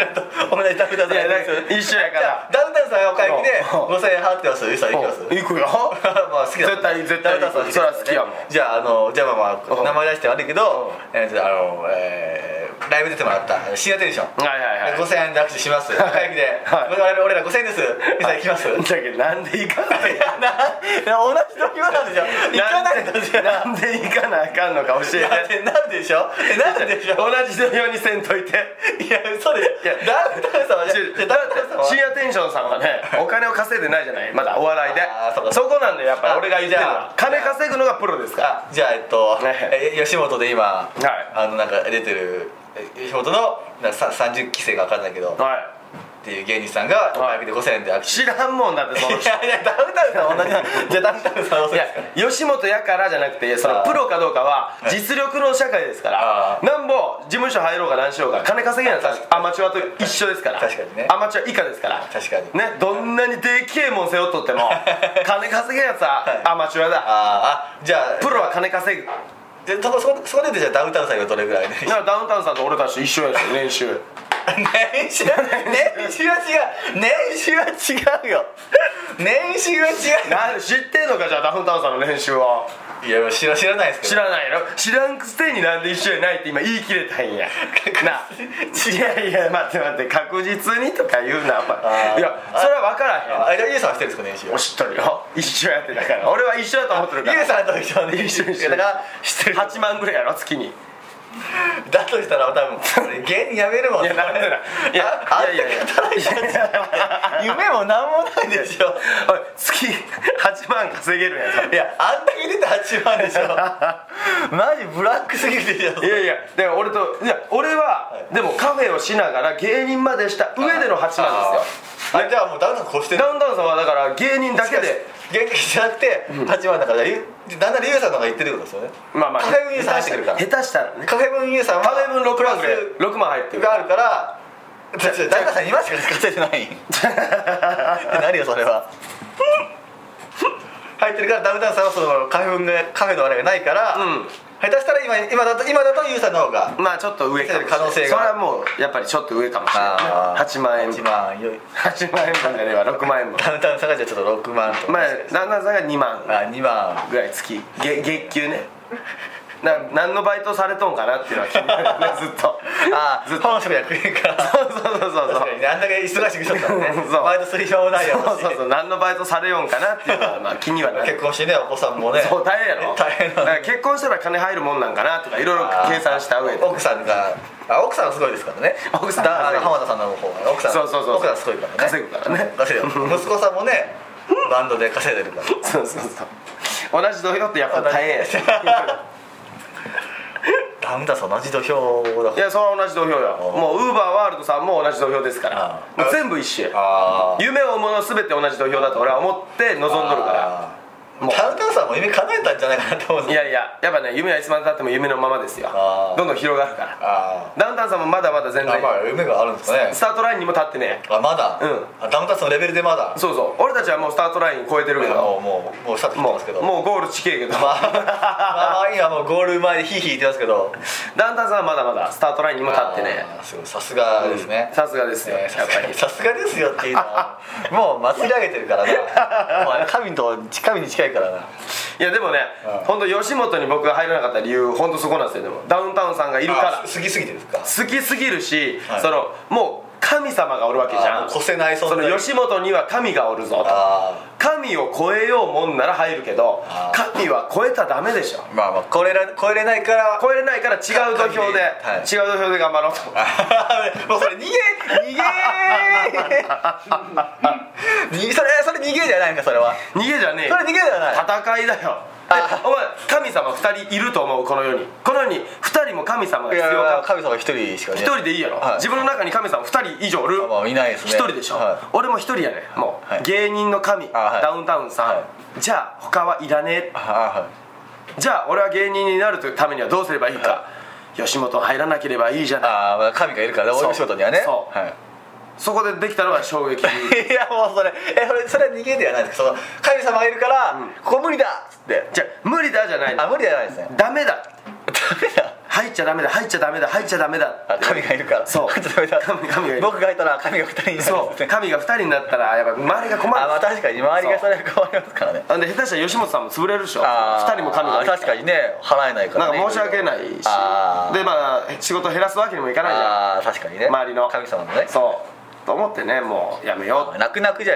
C: 同じダウンタウンさん
E: いやだ
C: ですよね
E: 一緒やか
C: じゃあ
E: ら
C: ダウンタウンさんがお会計で
E: うん
C: 5000円払ってますよゆうさん行きます
E: 行くよ
C: まあ好きだ
E: 絶対絶対
C: ダウンタウンさん
E: それは好きやもん
C: じゃああのじゃあまあま
E: うん
C: あ名前出して悪いけどえーちょっとあのえーライブ出てもらった深夜テンション
E: はいはいはい
C: 5000円で握手しますお会計で
E: はい
C: 我々俺ら5000円ですゆうさん行きます
E: だけどなんで行かない
C: いやな同じ時はなんでしょ行かないとじゃ
E: なんなんで行かなあかんのか教え
C: な
E: て
C: んでなんでしょえなんでしょ
E: 同じ土俵にせんといて
C: いや嘘でしょ
E: いや
C: ダウンタウンさんはじゃあじゃあダウンタウンさんは
E: 深夜テンションさんはねお金を稼いでないじゃないまだお笑いで
C: あーそうか
E: そこなんでやっぱり俺が言ってるの
C: あ
E: は
C: じゃあ
E: 金稼ぐのがプロですから
C: あじゃあえっと、
E: ね
C: え吉本で今、
E: い
C: あのなんか出てるえ吉本のなんかさ30期生が分かんないけど
E: はい
C: っていう芸人さんがお役で5000円で握手
E: 知らんもんだってその
C: いやいやダウンタウンさん同じなんじゃあダウンタウンさんはい
E: や吉本やからじゃなくてその
C: あー
E: プロかどうかは実力の社会ですか
C: あ
E: らな
C: ー
E: んぼ事務所入ろうが何しようが金稼げないのはアマチュアと一緒ですから
C: 確かにね
E: アマチュア以下ですから
C: 確かに
E: ねどんなにでけえもん背負っとっ
C: <laughs>
E: ても金稼げんやつはアマチュアだ
C: あーあじゃあ
E: プロは金稼ぐ
C: でそこそこそこでじゃあダウンタウンさんがどれぐらいで
E: だからダウンタウンさんと俺たち一緒やし練習
C: <laughs> 年収年収は違う年収は違うよ年収は違
E: な知ってんのかじゃあダウンタウンさんの練習を
C: ういや知ら知らないですけど
E: 知らないやろ知らんくせになんで一緒にないって今言い切れたんやないやいや待って待って確実にとか言うなお
C: あー
E: 前いやそれは分から
C: あじゃあゆうさんは知ってるんですか年
E: へん知っとるよ一緒やってだから俺は一緒やと思ってるか
C: 収ゆう
E: ら
C: さんと一緒に
E: 一緒にして
C: だから知ってる
E: 8万ぐらいやろ月にい
C: だとしたら多分俺芸人やめるもん
E: やなんでないや
C: あ
E: いやいやいや
C: 働いてるじゃん夢もなんもないでしょ
E: おい月8万稼げるんや
C: いやあんだけ出て8万で <laughs> しょマジブラックすぎるでしょ
E: いやいやでも俺といや俺はでもカフェをしながら芸人までした上での8万ですよ
C: あじゃあもうダウンタウン越してる
E: ダウンタウンさんはだから芸人だけで
C: 現金じゃなくて8万だからゆだんだんゆうさんの方が言ってるってことですよね
E: まあまあ
C: カフェ分ゆうさん入ってくるから
E: 下手したらね
C: カフェ分ゆうさんは
E: カフェ分6万ぐらい
C: プラ
E: 6万入って
C: ス
E: る
C: があるから誰かさんいますか使ってないえ何よそれは入ってるからダウンタウンさんはそのカフェ分がカフェのあれがないから、
E: うん
C: 下手したら今今だと今だとゆうさんの方が
E: まあちょっと上かもしれない
C: 可能性が
E: それはもうやっぱりちょっと上かもしれない
C: あー
E: 8万円
C: 8万よい
E: 8万円分じゃねえわ6万円分
C: ダウンタウンさんがじゃあちょっと6万とか
E: まあ旦那さんが2万
C: あ2万
E: ぐらい月げ月給ねな何のバイトされとんかなっていうのは気になるよ <laughs> ねずっと
C: あ
E: ずっと
C: 本職役員から
E: <laughs> そうそうそうそう
C: 確かにねあんだけ忙しくしとったらね
E: <laughs> そう
C: バイトする暇もないやろ
E: そうう
C: し
E: そうそう何のバイトされよんかなっていうのはまあ気にはなる
C: 結婚してねお子さんもね
E: <laughs> そう大変やろ
C: <laughs> 大変な
E: だ
C: んだ
E: から結婚したら金入るもんなんかなとかいろいろ計算した上で
C: 奥さんがあ奥さんはすごいですからね
E: 奥さん
C: だあの浜田さんの方が奥さん
E: そうそうそう
C: 奥さんすごいからね
E: 稼ぐからね
C: 稼ぐ息子さんもねバンドで稼いでるから
E: そうそうそう同じ土俵ってやっぱ大変や
C: <laughs>
E: しい
C: ダウンタウンさん同じ土俵だから
E: やそれは同じ土俵よもうウーバーワールドさんも同じ土俵ですから
C: あ
E: もう全部一緒や
C: あー
E: 夢を追うもの全て同じ土俵だと俺は思って望んどるから
C: あーダウンタウンさんも夢叶えたんじゃないかなと思うん
E: い
C: です
E: やいややっぱね夢はいつまでたっても夢のままですよ
C: あー
E: どんどん広がるから
C: あ
E: ダウンタウンさんもまだまだ全
C: ーあ
E: 然
C: まあ夢があるんですかね
E: スタートラインにも立ってね
C: あまだ、
E: うん
C: あダウンタウンさんのレベルでまだ
E: そうそう俺たちはもうスタートライン超えてるけど
C: もうもうもうスタート切って
E: も
C: ますけど
E: うもうゴール地形けど
C: まあ、まあ、 <laughs> 今もうゴール前でヒーヒー言ってますけど
E: ダウンタウンさんはまだまだスタートラインにも立ってね
C: あーすごいさすがですね、
E: さすがですよや
C: え
E: っ
C: ーさすが
E: ぱり
C: さすがですよっていうの <laughs> はもう祭り上げてるからなお前神と神に近いからない
E: やでもね
C: うん
E: 本当吉本に僕が入らなかった理由本当そこなんですよでもダウンタウンさんがいるから
C: あす過ぎすぎてですか
E: 好きすぎるし、
C: はい
E: そのもう神様がおるわけじ
C: あ
E: ゃん
C: 越せない存在
E: その吉本には神がおるぞと
C: あ
E: 神を超えようもんなら入るけど
C: あー
E: 神は超えたらダメでしょ
C: ーまあまあ超えら超えれないから
E: 超えれないから違う土俵で、
C: はい
E: 違う土俵で頑張ろうと
C: あ <laughs> ーもうそれ逃 <laughs> げ逃げーにそれそれ逃げじゃないんかそれは
E: <laughs> 逃げじゃねえ
C: そ
E: よ
C: れ逃げではない
E: 戦いだよ
C: あ
E: えお前神様2人いると思うこの世にこの世に2人も神様が
C: い
E: 必要
C: や
E: か
C: 神様一人しかね
E: 1人でいいやろ、
C: はい
E: 自分の中に神様2人以上おる
C: まあいないですね
E: 一人でしょ、
C: は
E: 俺も一人やねもう、
C: はい
E: 芸人の神、
C: あはい
E: ダウンタウンさん、
C: は
E: じゃあ他はいらねえ
C: いあーはい
E: じゃあ俺は芸人になるというためにはどうすればいいか、吉本入らなければいいじゃない
C: あーまあ神がいるからね
E: そう
C: お仕事にはね
E: そう
C: はい <laughs>
E: そこでできたのが衝撃
C: いやもうそれえそれそれは逃げではないですかその神様がいるから、ここ無理だっつって
E: じゃあ無理だじゃない
C: あ
E: の
C: 無理じゃないですね
E: ダメだ
C: ダメだ
E: 入っちゃダメだ入っちゃダメだ入っちゃダメだ
C: あ神がいるから
E: そう
C: <laughs> ちょっとダメだ
E: 神神がいる
C: 僕がいたら神が二人になる
E: そ
C: んです
E: う
C: ね
E: 神が2人になったらやっぱ周りが困
C: あまあ
E: る
C: 確かに周りがそれは困りますからね
E: なんで下手したら吉本さんも潰れるでしょ
C: あー
E: 2人も神がで
C: あ
E: きたら
C: 確かにね払えないから、
E: なん
C: ね、
E: か申し訳ないしで
C: あー
E: まあ仕事減らすわけにもいかないじゃん
C: ああ確かにね
E: 周りの
C: 神様のね
E: そうと思ってねもうやめよ
C: 泣く泣くじゃ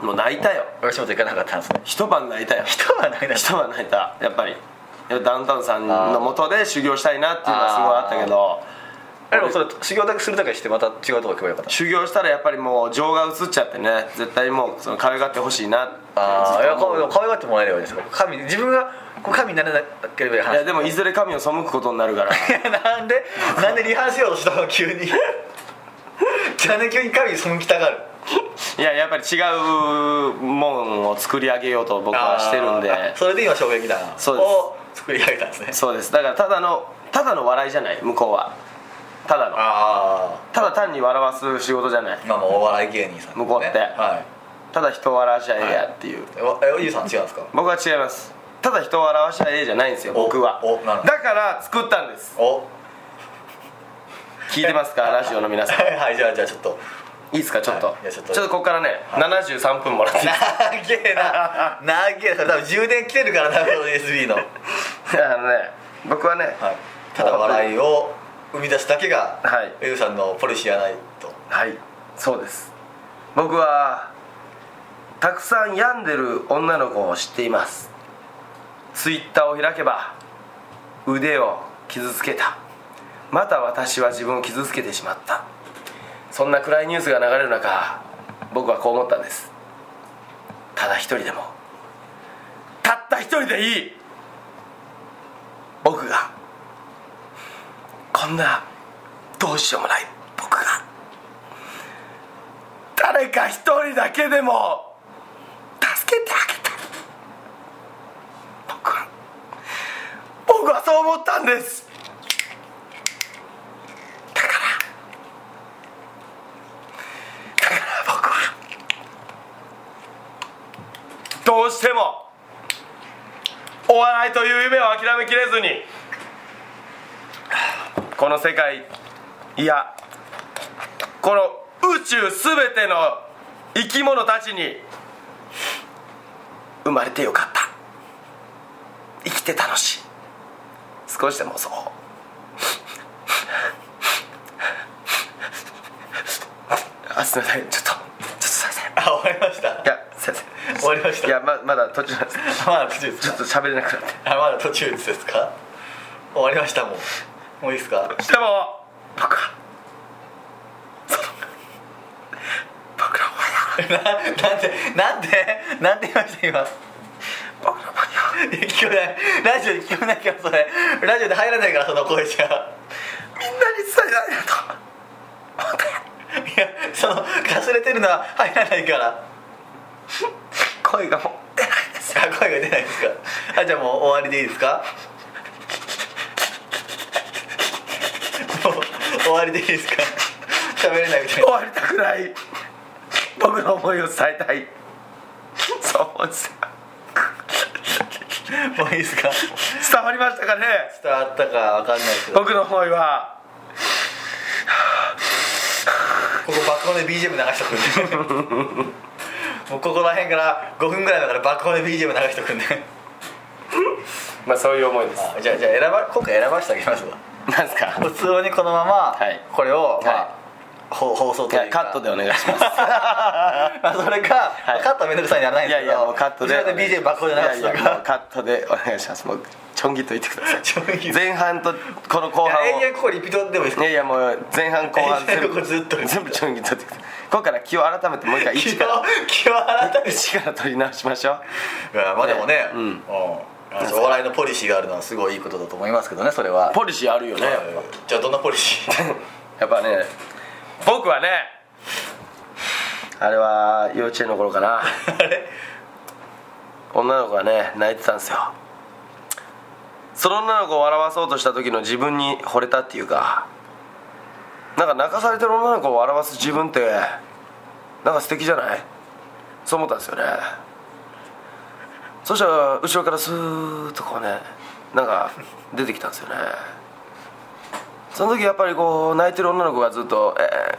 E: うもう泣いたよ
C: お仕事行かなかったんで
E: <laughs>
C: すね
E: 一晩泣いたよ
C: 人は泣いない
E: 一晩泣いたやっぱりやっぱダウンタウンさんのもとで修行したいなっていうのはすごいあったけど
C: でもそれ修行だけするだけしてまた違うとこ行けばよかった
E: 修行したらやっぱりもう情が移っちゃってね絶対もうその可愛がってほしいなって
C: ああい
E: ず
C: や
E: っと
C: か
E: 思う
C: 可愛がってもらえればいいですよ神自分がこう神にならなければいい話
E: いや
C: <laughs>
E: でもいずれ神を背くことになるから
C: なんでなんでリハーサルしようとしたの急に <laughs> なんで急に神にそのきたがる
E: いややっぱり違うもんを作り上げようと僕はしてるん
C: あ
E: で
C: ーそれで今衝撃弾
E: そうです
C: を作り上げたんですね
E: そうですだからただのただの笑いじゃない向こうはただの
C: あ
E: ただ単に笑わす仕事じゃない
C: あ今もお笑い芸人さんですね
E: 向こうって
C: は
E: ただ人を笑わしゃええやっていう、
C: いえわえゆうさん違うんですか
E: 僕は違いますただ人を笑わしゃええじゃないんですよ
C: お
E: 僕は
C: おなるほど
E: だから作ったんです
C: お
E: 聞いて
C: <laughs>
E: ますかラジオの皆さんい
C: はいはいじゃあじゃあちょっと <laughs>
E: いですかちょっと、
C: はいいや
E: ちょ
C: ちょ
E: っ
C: っ
E: と
C: と
E: ここからね、73分もらっていいですか
C: なげえななげえそれ多分充電切れるからなこの USB の、はい、
E: <laughs> あのね僕はね、
C: ただ笑いを生み出すだけが、
E: はい
C: ゆうさんのポリシーやないと
E: はいそうです僕はたくさん病んでる女の子を知っていますツイッターを開けば腕を傷つけたまた私は自分を傷つけてしまったそんな暗いニュースが流れる中僕はこう思ったんですただ一人でもたった一人でいい僕がこんなどうしようもない僕が誰か一人だけでも助けてあげたい僕は僕はそう思ったんですだからだから僕はどうしてもお笑いという夢を諦めきれずにこの世界いやこの宇宙すべての生き物たちに生まれてよかった生きて楽しい少しでもそうあすいませんちょっとちょっとすいませんい
C: あ終わりました
E: やすいません
C: 終わりました
E: いやままだ途中なんです
C: まだ途中です
E: ちょ
C: か
E: っと喋れなくなって
C: あまだ途中ですか終わりましたもうもういいですか
E: でも僕はその僕の親
C: ななんでなんでなんで言いました今
E: 僕の親
C: いや聞こえないラジオで聞こえないからそれラジオで入らないからその声じゃ
E: みんなに伝えられると
C: いやそのかすれてるのは入らないから
E: 声がもう出ないです
C: あ声が出ないですかあじゃあもう終わりでいいですかもう終わりでいいですか喋れないみた
E: 終
C: い
E: わりたくない僕の思いを伝えたいそう思うんですよ
C: なもういいですか
E: 伝わりましたかね
C: 伝わったかわかんないですけどこ
E: 僕の思いは
C: こ爆音で BGM 流しとくんでもうここら辺から5分ぐらいだから爆音で BGM 流しとくんで
E: まあそういう思いです
C: あじゃあじゃあ選ば今回選ばせてあげますわ
E: なんですか
C: 普通にこのまま
E: はい
C: これを、まあ
E: は
C: ほ放送
E: い
C: とい
E: や
C: う
E: カ
C: か
E: ットでお <laughs> 願いし
C: <laughs>
E: ます
C: まあそれか、
E: い
C: カットはめんどくさいにやらない
E: い
C: んで
E: や
C: すけ
E: い
C: ど
E: やもうカットで
C: 後ろで BJ 爆音で流すと
E: いやいやもう
C: か
E: カットでお願いしますもうちょんぎっといてください
C: ちょいいや
E: 前半とこの後半を
C: 永遠ここリピートでもいいです
E: い
C: か
E: やいやもう前半後半全
C: こ
E: 部
C: こずっと
E: 全部ちょんぎっといてください今回から気を改めてもう一回
C: 気
E: 一
C: を
E: から
C: 気を改めて
E: 一から取り直しましょう
C: いやまあでもね、
E: うん
C: うんあそうお笑いのポリシーがあるのはすごいいいことだと思いますけどねそれは
E: ポリシーあるよね
C: はいじゃあどんなポリシ <laughs> ー
E: <laughs> やっぱね僕はねあれは幼稚園の頃かな
C: あれ
E: 女の子がね泣いてたんですよその女の子を笑わそうとした時の自分に惚れたっていうかなんか泣かされてる女の子を笑わす自分ってなんか素敵じゃないそう思ったんですよねそしたら後ろからスーッとこうねなんか出てきたんですよねその時やっぱりこう泣いてる女の子がずっと「えー、えー、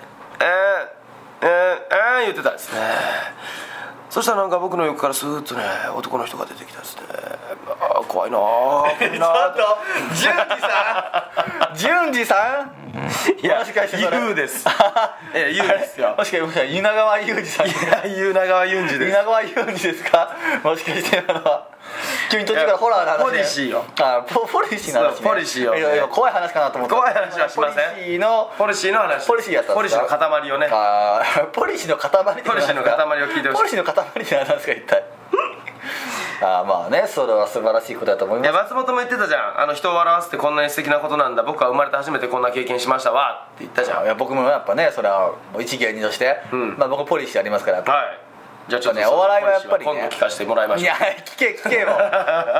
E: えー、えー、言ってたんですねそしたらなんか僕の横からスーッとね男の人が出てきたんですねあー怖いなー怖い
C: ちょ
E: なー
C: っ
E: って
C: と淳二さん <laughs> 淳二さん
E: いや、
C: もしかしてそれ
E: ユウです。 <laughs> いや、ユウですよ。
C: <laughs> もしかして稲川裕二さん
E: いや、ユウ長川ユンジです。
C: 稲川裕二ですか <laughs> もしかして今のは急に途中からホラーの
E: ポ
C: 話
E: リシーよ
C: あポポリシーの話、ね、
E: そうポリシーよ
C: いやいや怖い話かなと思った
E: 怖い話はしません
C: ポリシーの
E: ポリシーの話。
C: ポリシーやったん
E: ポ
C: で
E: リ
C: す
E: シー
C: か
E: の塊をね。
C: あーポリシーの塊って何ですか
E: ポリシーの塊を聞いてほしい
C: ポリシーの塊って何なんですか一体 <laughs> あーまあねそれは素晴らしいことだと思い
E: い
C: ま
E: や
C: す
E: 松本も言ってたじゃんあの人を笑わすってこんなに素敵なことなんだ僕は生まれて初めてこんな経験しましたわって言ったじゃん
C: い
E: はい
C: や僕もやっぱねそれはもう一芸人として、
E: ん
C: まあ僕ポリシーありますからやっぱ
E: じゃあちょっと
C: やっぱねお笑いはやっぱりね
E: 今度聞かせてもらいま
C: い
E: しょ
C: や聞け聞けよ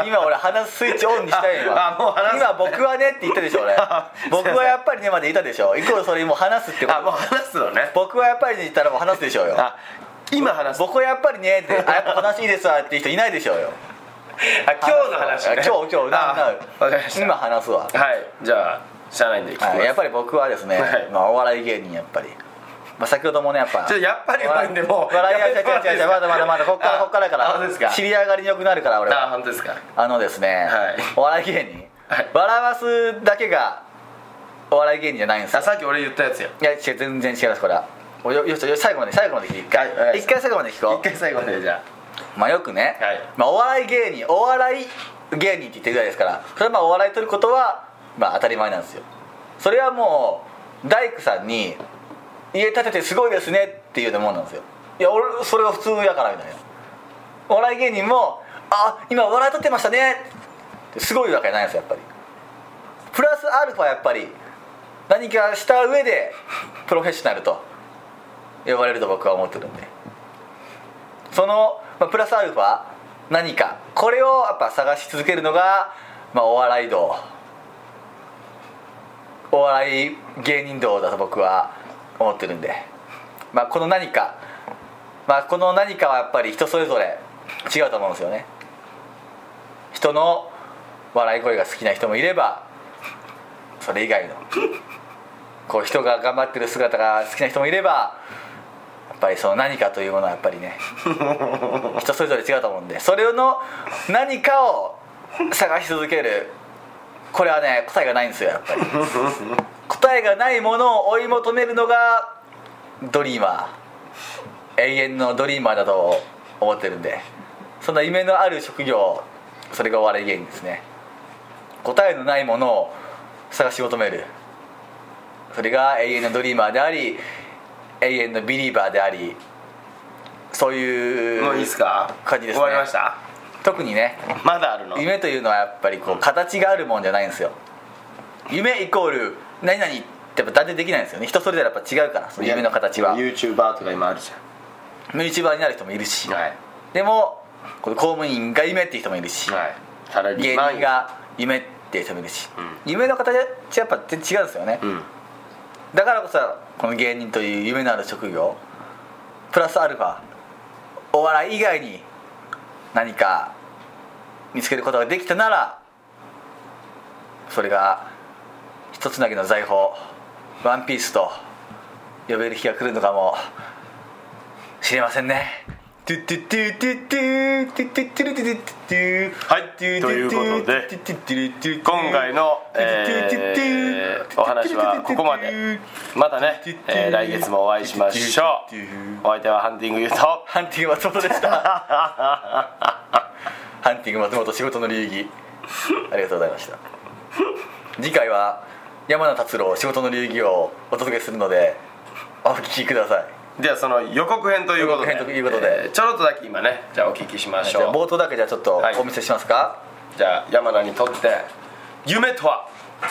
C: 今俺鼻スイッチオンにしたよ
E: <laughs>
C: 今
E: あもう話す
C: 今僕はねって言ったでしょ
E: <laughs>
C: 俺僕はやっぱりねまで言ったでしょイコールそれもう話すって
E: う
C: こ
E: あもう
C: と
E: 話すのね
C: 僕はやっぱりに言ったらもう話すでしょうよ
E: あ今話す
C: 僕はやっぱ
E: <laughs>
C: りねってあやっぱ話いいですわっていう人いないでしょうよ
E: あ今日の話、ね、
C: あ今日今日なな
E: あわかりました
C: 今話すわ
E: はいじゃあしゃあないんで聞きます、
C: はいやっぱり僕はですね、
E: はい
C: まあ、お笑い芸人やっぱり、まあ、先ほどもねやっぱ
E: ちょやっぱりうまいんでもう
C: 笑いは違う
E: やっぱり
C: 違う違うまだまだまだこっから
E: あ
C: こっからか
E: あそうですから
C: 知り上がりよくなるから俺
E: あ
C: は
E: 本当ですか
C: あのですね、
E: はい
C: お笑い芸人、
E: はい
C: 笑わすだけがお笑い芸人じゃないんですよ
E: あさっき俺言ったやつよ
C: いや違う全然違いますこれはおよよしよし最後まで最後まで聞いて一
E: はいお願いしま
C: 回
E: す
C: 一回最後まで聞
E: 一
C: こ
E: 回最後までじゃ
C: うまあよくね、
E: はい
C: まあ、お笑い芸人お笑い芸人って言ってるぐらいですからそれはまあお笑い取ることはまあ当たり前なんですよそれはもう大工さんに家建ててすごいですねっていうようなもんなんですよいや俺それが普通やからみたいなお笑い芸人も「あ今お笑い取ってましたね」ってすごいわけないんですよやっぱりプラスアルファやっぱり何かした上でプロフェッショナルと呼ばれると僕は思ってるんでその、まあ、プラスアルファ何かこれをやっぱ探し続けるのが、まあ、お笑い道お笑い芸人道だと僕は思ってるんで、まあ、この何か、まあ、この何かはやっぱり人それぞれ違うと思うんですよね人の笑い声が好きな人もいればそれ以外のこう人が頑張ってる姿が好きな人もいればやっぱりその何かというものはやっぱりね人それぞれ違うと思うんでそれの何かを探し続けるこれはね答えがないんですよやっ
E: <laughs>
C: ぱり答えがないものを追い求めるのがドリーマー永遠のドリーマーだと思ってるんでそんな夢のある職業それがお笑い芸人ですね答えのないものを探し求めるそれが永遠のドリーマーであり永遠のビリーバーでありそういう
E: あもういいですか
C: 感じですね
E: 終わりました
C: 特にね
E: まだあるの
C: 夢というのはやっぱりこう形があるもんじゃないんですよ夢イコール何々ってやっぱ断定できないんですよね人それぞれやっぱ違うからその夢の形は
E: YouTuber とか今あるじ
C: YouTuber になる人もいるし、
E: ゃんはい
C: でもこの公務員が夢っていう人もいるし、
E: はいサラリ
C: 芸
E: ーマン
C: 人が夢っていう人もいるし、
E: う
C: 夢の形はやっぱ全然違うんですよね、
E: うん
C: だからこそこの芸人という夢のある職業プラスアルファお笑い以外に何か見つけることができたならそれが一つなぎの財宝ワンピースと呼べる日が来るのかもしれませんね。はい、と
E: いうことで今回の、えーお話はここまでまたね、えー来月もお会いしましょうお相手はハンティングユーと
C: ハンティング松本でした。ハンティング松本仕事の流儀。ありがとうございました。次回は山名達郎仕事の流儀をお届けするので、お聞きください。
E: ではその予告編ということで
C: 予告編ということで
E: えーちょろっとだけ今ねじゃあお聞きしまし
C: じゃ
E: ょ
C: あ
E: う
C: 冒頭だけじゃあちょっと
E: はい
C: お見せしますか。
E: じゃあ山名にとって夢とは
C: <laughs>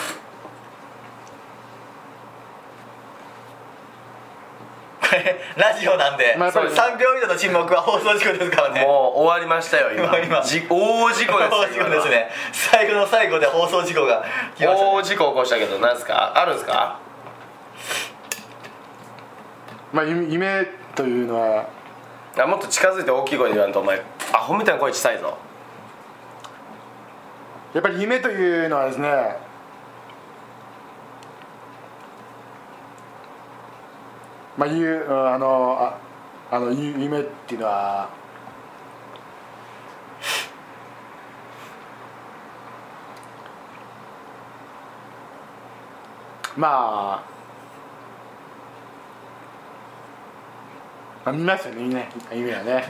C: ラジオなんで、
F: まあやっぱり
C: 3秒以上の沈黙は放送事故ですからね。
E: もう終わりましたよ今
C: 終わりま
E: じ大事故です
C: 放送事故ですね。最後の最後で放送事故が来
E: 今
C: ましたね
E: 大事故起こしたけど何ですかあるんですか
F: まあ夢夢というのは
E: あもっと近づいて大きい声で言わんとお前アホみたいな声小さいぞ
F: やっぱり夢というのはですねまあゆうんあのああのゆ夢っていうのはまあまあ見ますよねみんな夢はね、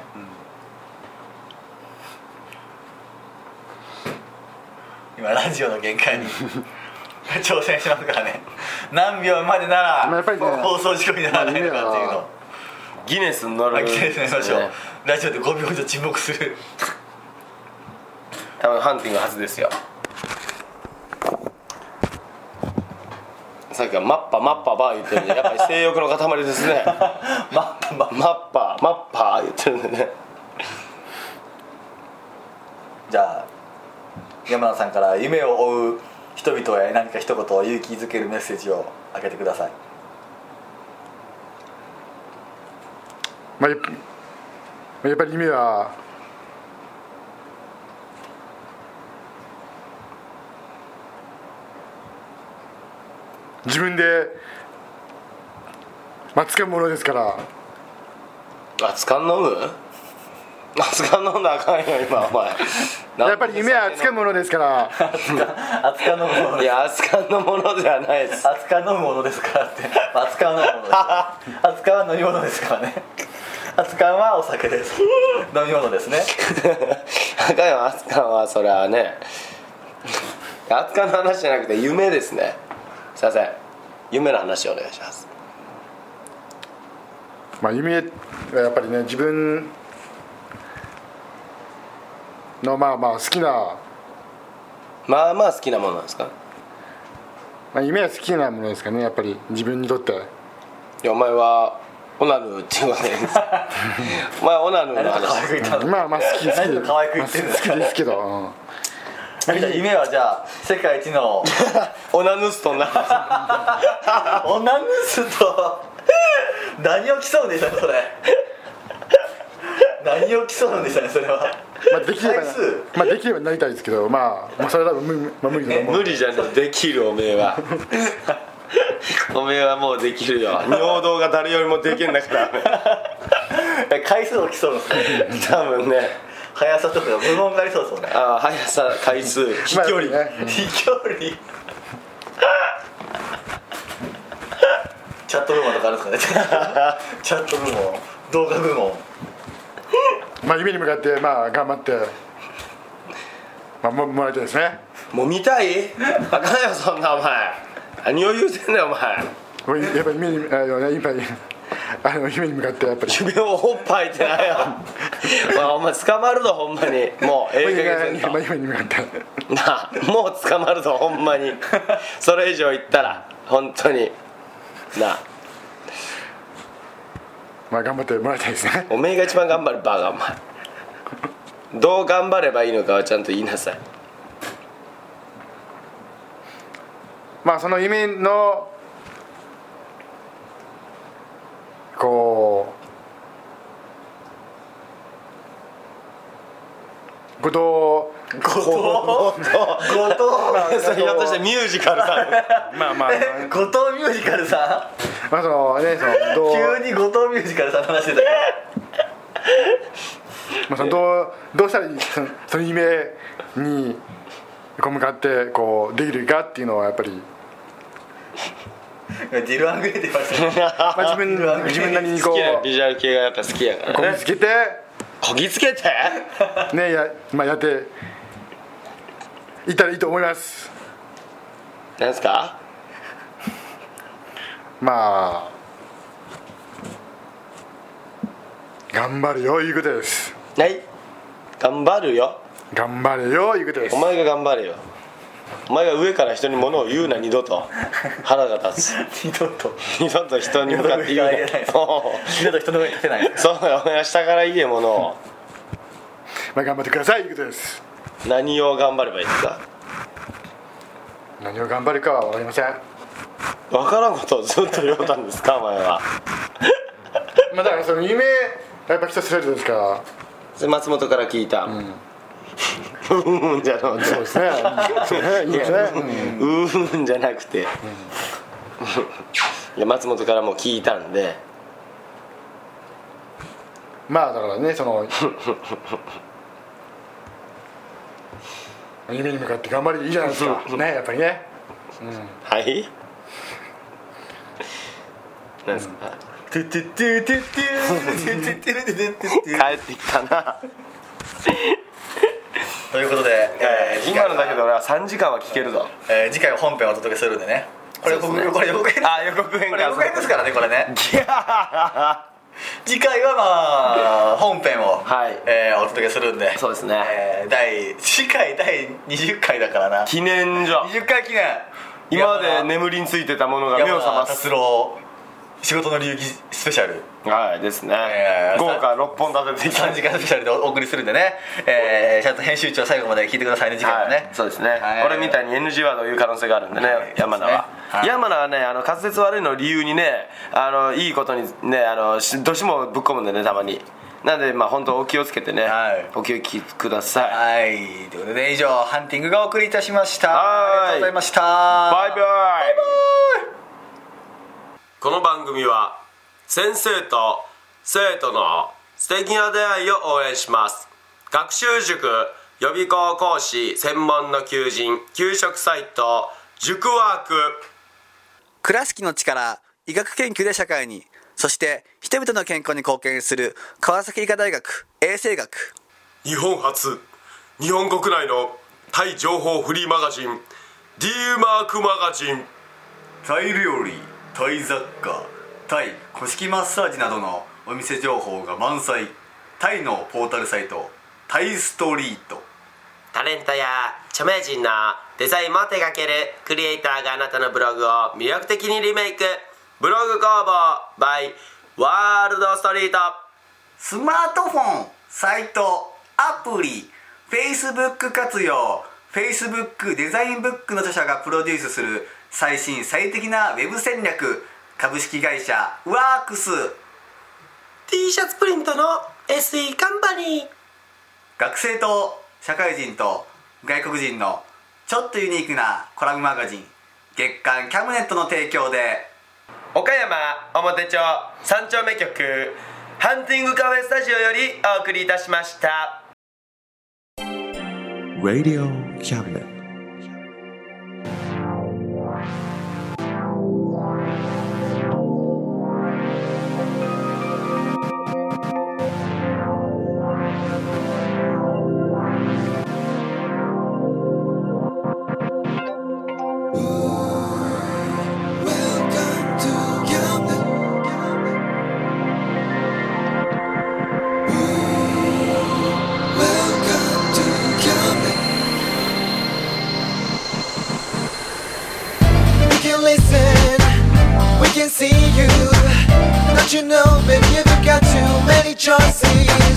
C: 今ラジオの限界に <laughs> 挑戦しますからね何秒までなら
F: まあやっぱりね
C: 放送事故にならないのかっていうのを
F: ま
E: ギネスに乗る
C: あきれいになりましょう
E: ね
C: ラジオで5秒以上沈黙する
E: 多分ハンティング初ですよさっきはマッパマッパバー言ってるんでやっぱり性欲の塊です
F: <laughs>
E: ねマッパマッパマッパ言ってるんでね
C: じゃあ山田さんから夢を追う人々へ何か一言勇気づけるメッセージをあげてください <laughs>
F: まあ、やっぱまあやっぱり夢は自分で、まあ、掴むものですから
E: あつかん飲むあつかん飲んだらあかんよ今お前
F: <laughs> やっぱり夢は掴むものですから
C: 扱うのもの
E: いやつかんのものじゃないです <laughs>
C: 扱う飲むものですからって扱う飲むものです
F: <laughs>
C: から扱うは飲み物ですからね扱うはお酒です飲み物
F: <laughs>
C: ですね
E: 赤山あつかんはそれはねあつかんの話じゃなくて夢ですねすいません夢の話をお願いします
F: まあ、夢はやっぱりね自分のまあまあ好きな、ま
E: まあまあ好きなものなんですか
F: あ、夢は好きなものですかねやっぱり自分にとって
E: いやお前はオナルっていうわけ <laughs> ですお前はオナルの
C: 可愛
E: 話
C: く言ったの
F: まあまあ好き好
C: <laughs>
F: き
C: 何
F: で
C: を可愛く言ってるんです
F: 好
C: か
F: きですけど、うん
C: じゃあ夢はじゃあ世界一の
E: <laughs> オナヌストンな
C: <laughs> オナヌスと何を競うんでしたねそれ何を競うんでしたねそれは
F: まあ、できれば
C: 回数
F: まあできればなりたいですけどまあ、まあ、それは多分無,、まあ、無理だと思う
E: 無理じゃねえできるおめえはおめえはもうできるよ尿道が誰よりもできんだから
C: え回数を競うんですね
E: 多分ね
C: 速さとか無言がありそうですもんね
E: あ速さ回数飛距離、
F: まあね
C: 飛距離チャット部門とかあるんですかねチャット部門動画
E: <laughs>
C: 部門
F: まあ、夢に向かってまあ頑張って、まあ、ももらいたいですね
E: もう見たいあかんよそんなお前何を言うてんだよお <laughs> 前
F: もうやっぱり夢にあの、ね、いっぱい <laughs> あの夢に向かってやっぱり
E: 夢をおっぱいってない <laughs> よお前お前捕まるぞほんまにもうええ加減にせんと
F: まあ夢に向かって
E: なあもう捕まるぞほんまにそれ以上言ったら本当になあ
F: まあ頑張ってもらいたいですね
E: おめえが一番頑張るバカお前どう頑張ればいいのかはちゃんと言いなさい
F: まあその夢のこうことを
C: 後藤後藤
E: それひょっとしてミュージカルさん
F: まあま
C: <laughs>
F: あ
C: え後藤ミュージカルさん
F: まあそのねそのどう
C: 急に後藤ミュージカルさんの話してたけ
F: まあそのどうどうしたらいいそのその夢にこう向かってこうできるかっていうのはやっぱり、
C: どディル・アングレーって言いましたね
F: まあ、自分自分なりにこ
E: 好きな
F: う
E: ビジュアル系がやっぱ好きやから
F: こぎ
E: ね
F: つけて
E: こぎつけて
F: ねやまあやっていったらいいと思います。
E: なんすか
F: まあ頑張れよいうことです
E: はい頑張るよ
F: 頑張れよいうことです
E: お前が頑張れよお前が上から人に物を言うな二度と腹が立
C: 二度と
E: つ二度と人に向かって言うな
C: 二度と上から言えないです
E: おう
C: 二度と人の上に立てない
E: そうよお前は下から言え物を
F: まあ頑張ってくださいいうことです
E: 何を頑張ればいいですか
F: 何を頑張るかは分かりません
E: 分からんことをずっと言おうたんですかお前は
F: まあだからその夢やっぱ人それぞれですから
E: それ松本から聞いたうんうんじゃなくて
F: そうですねいいですね
E: うーんじゃなくて、いや松本からもう聞いたんで
F: うんまあだからねそ <laughs> の夢に向かって頑張れいいじゃないですかねやっぱりね
E: はいなんですか
C: トゥトゥトゥトゥトゥトゥトゥトゥトゥトゥトゥ
E: 帰ってきたな
C: ということで、えー次回
E: 今のだけど俺は3時間は聞けるぞ
C: えー次回本編をお届けするんでねこれ予告、これ予告編
E: あ予告編
C: これ
E: か
C: 予告編ですからねこれね
E: いや
C: 次回はまあ本編を、
E: はい
C: えーお届けするんで
E: そうですね
C: えー第次回第20回だからな
E: <laughs> 記念じゃ
C: 20回記念
E: 今まで
C: 山田
E: 眠りについてたものが目を
C: 山
E: 覚
C: 田
E: ます
C: 達郎仕事の流儀スペシャル
E: はいですね
C: えー
E: 豪華6本立ててき
C: 3時間スペシャルでお送りするんでね、えー、ちゃんと編集長最後まで聞いてくださいね次回も
E: は
C: ね、
E: い、そうですね、
C: はい
E: 俺みたいに NG ワードを言う可能性があるんでね、
C: はい
E: 山名は
C: そうですね、はい
E: 山名はねあの滑舌悪いのを理由にねあのいいことにねあのしどうしてもぶっ込むんでねたまになんでまあ本当お気をつけてね、
C: はい
E: お気をきください、
C: はいということで以上ハンティングがお送りいたしました
E: はい
C: ありがとうございました
E: バイバイ
B: この番組は先生と生徒の素敵な出会いを応援します学習塾予備校講師専門の求人給食サイト塾ワーク
D: 倉敷の力医学研究で社会にそして人々の健康に貢献する川崎医科大学衛生学
B: 日本初日本国内のタイ情報フリーマガジン D マークマガジン
D: タイ料理タイ雑貨タイ古式マッサージなどのお店情報が満載タイのポータルサイトタイストリート
B: タレントや著名人のデザインも手掛けるクリエイターがあなたのブログを魅力的にリメイクブログ工房 by ワールドストリート
D: スマートフォンサイトアプリ Facebook 活用 Facebook デザインブックの著者がプロデュースする最新最適なウェブ戦略株式会社ワークス
B: T シャツプリントの SE カンパニー
D: 学生と社会人と外国人のちょっとユニークなコラムマガジン月刊キャムネットの提供で
E: 岡山表町三丁目局ハンティングカフェスタジオよりお送りいたしました
A: Radio Cabinet.
G: We can listen, we can see you. Don't you know, baby, you've got too many choices.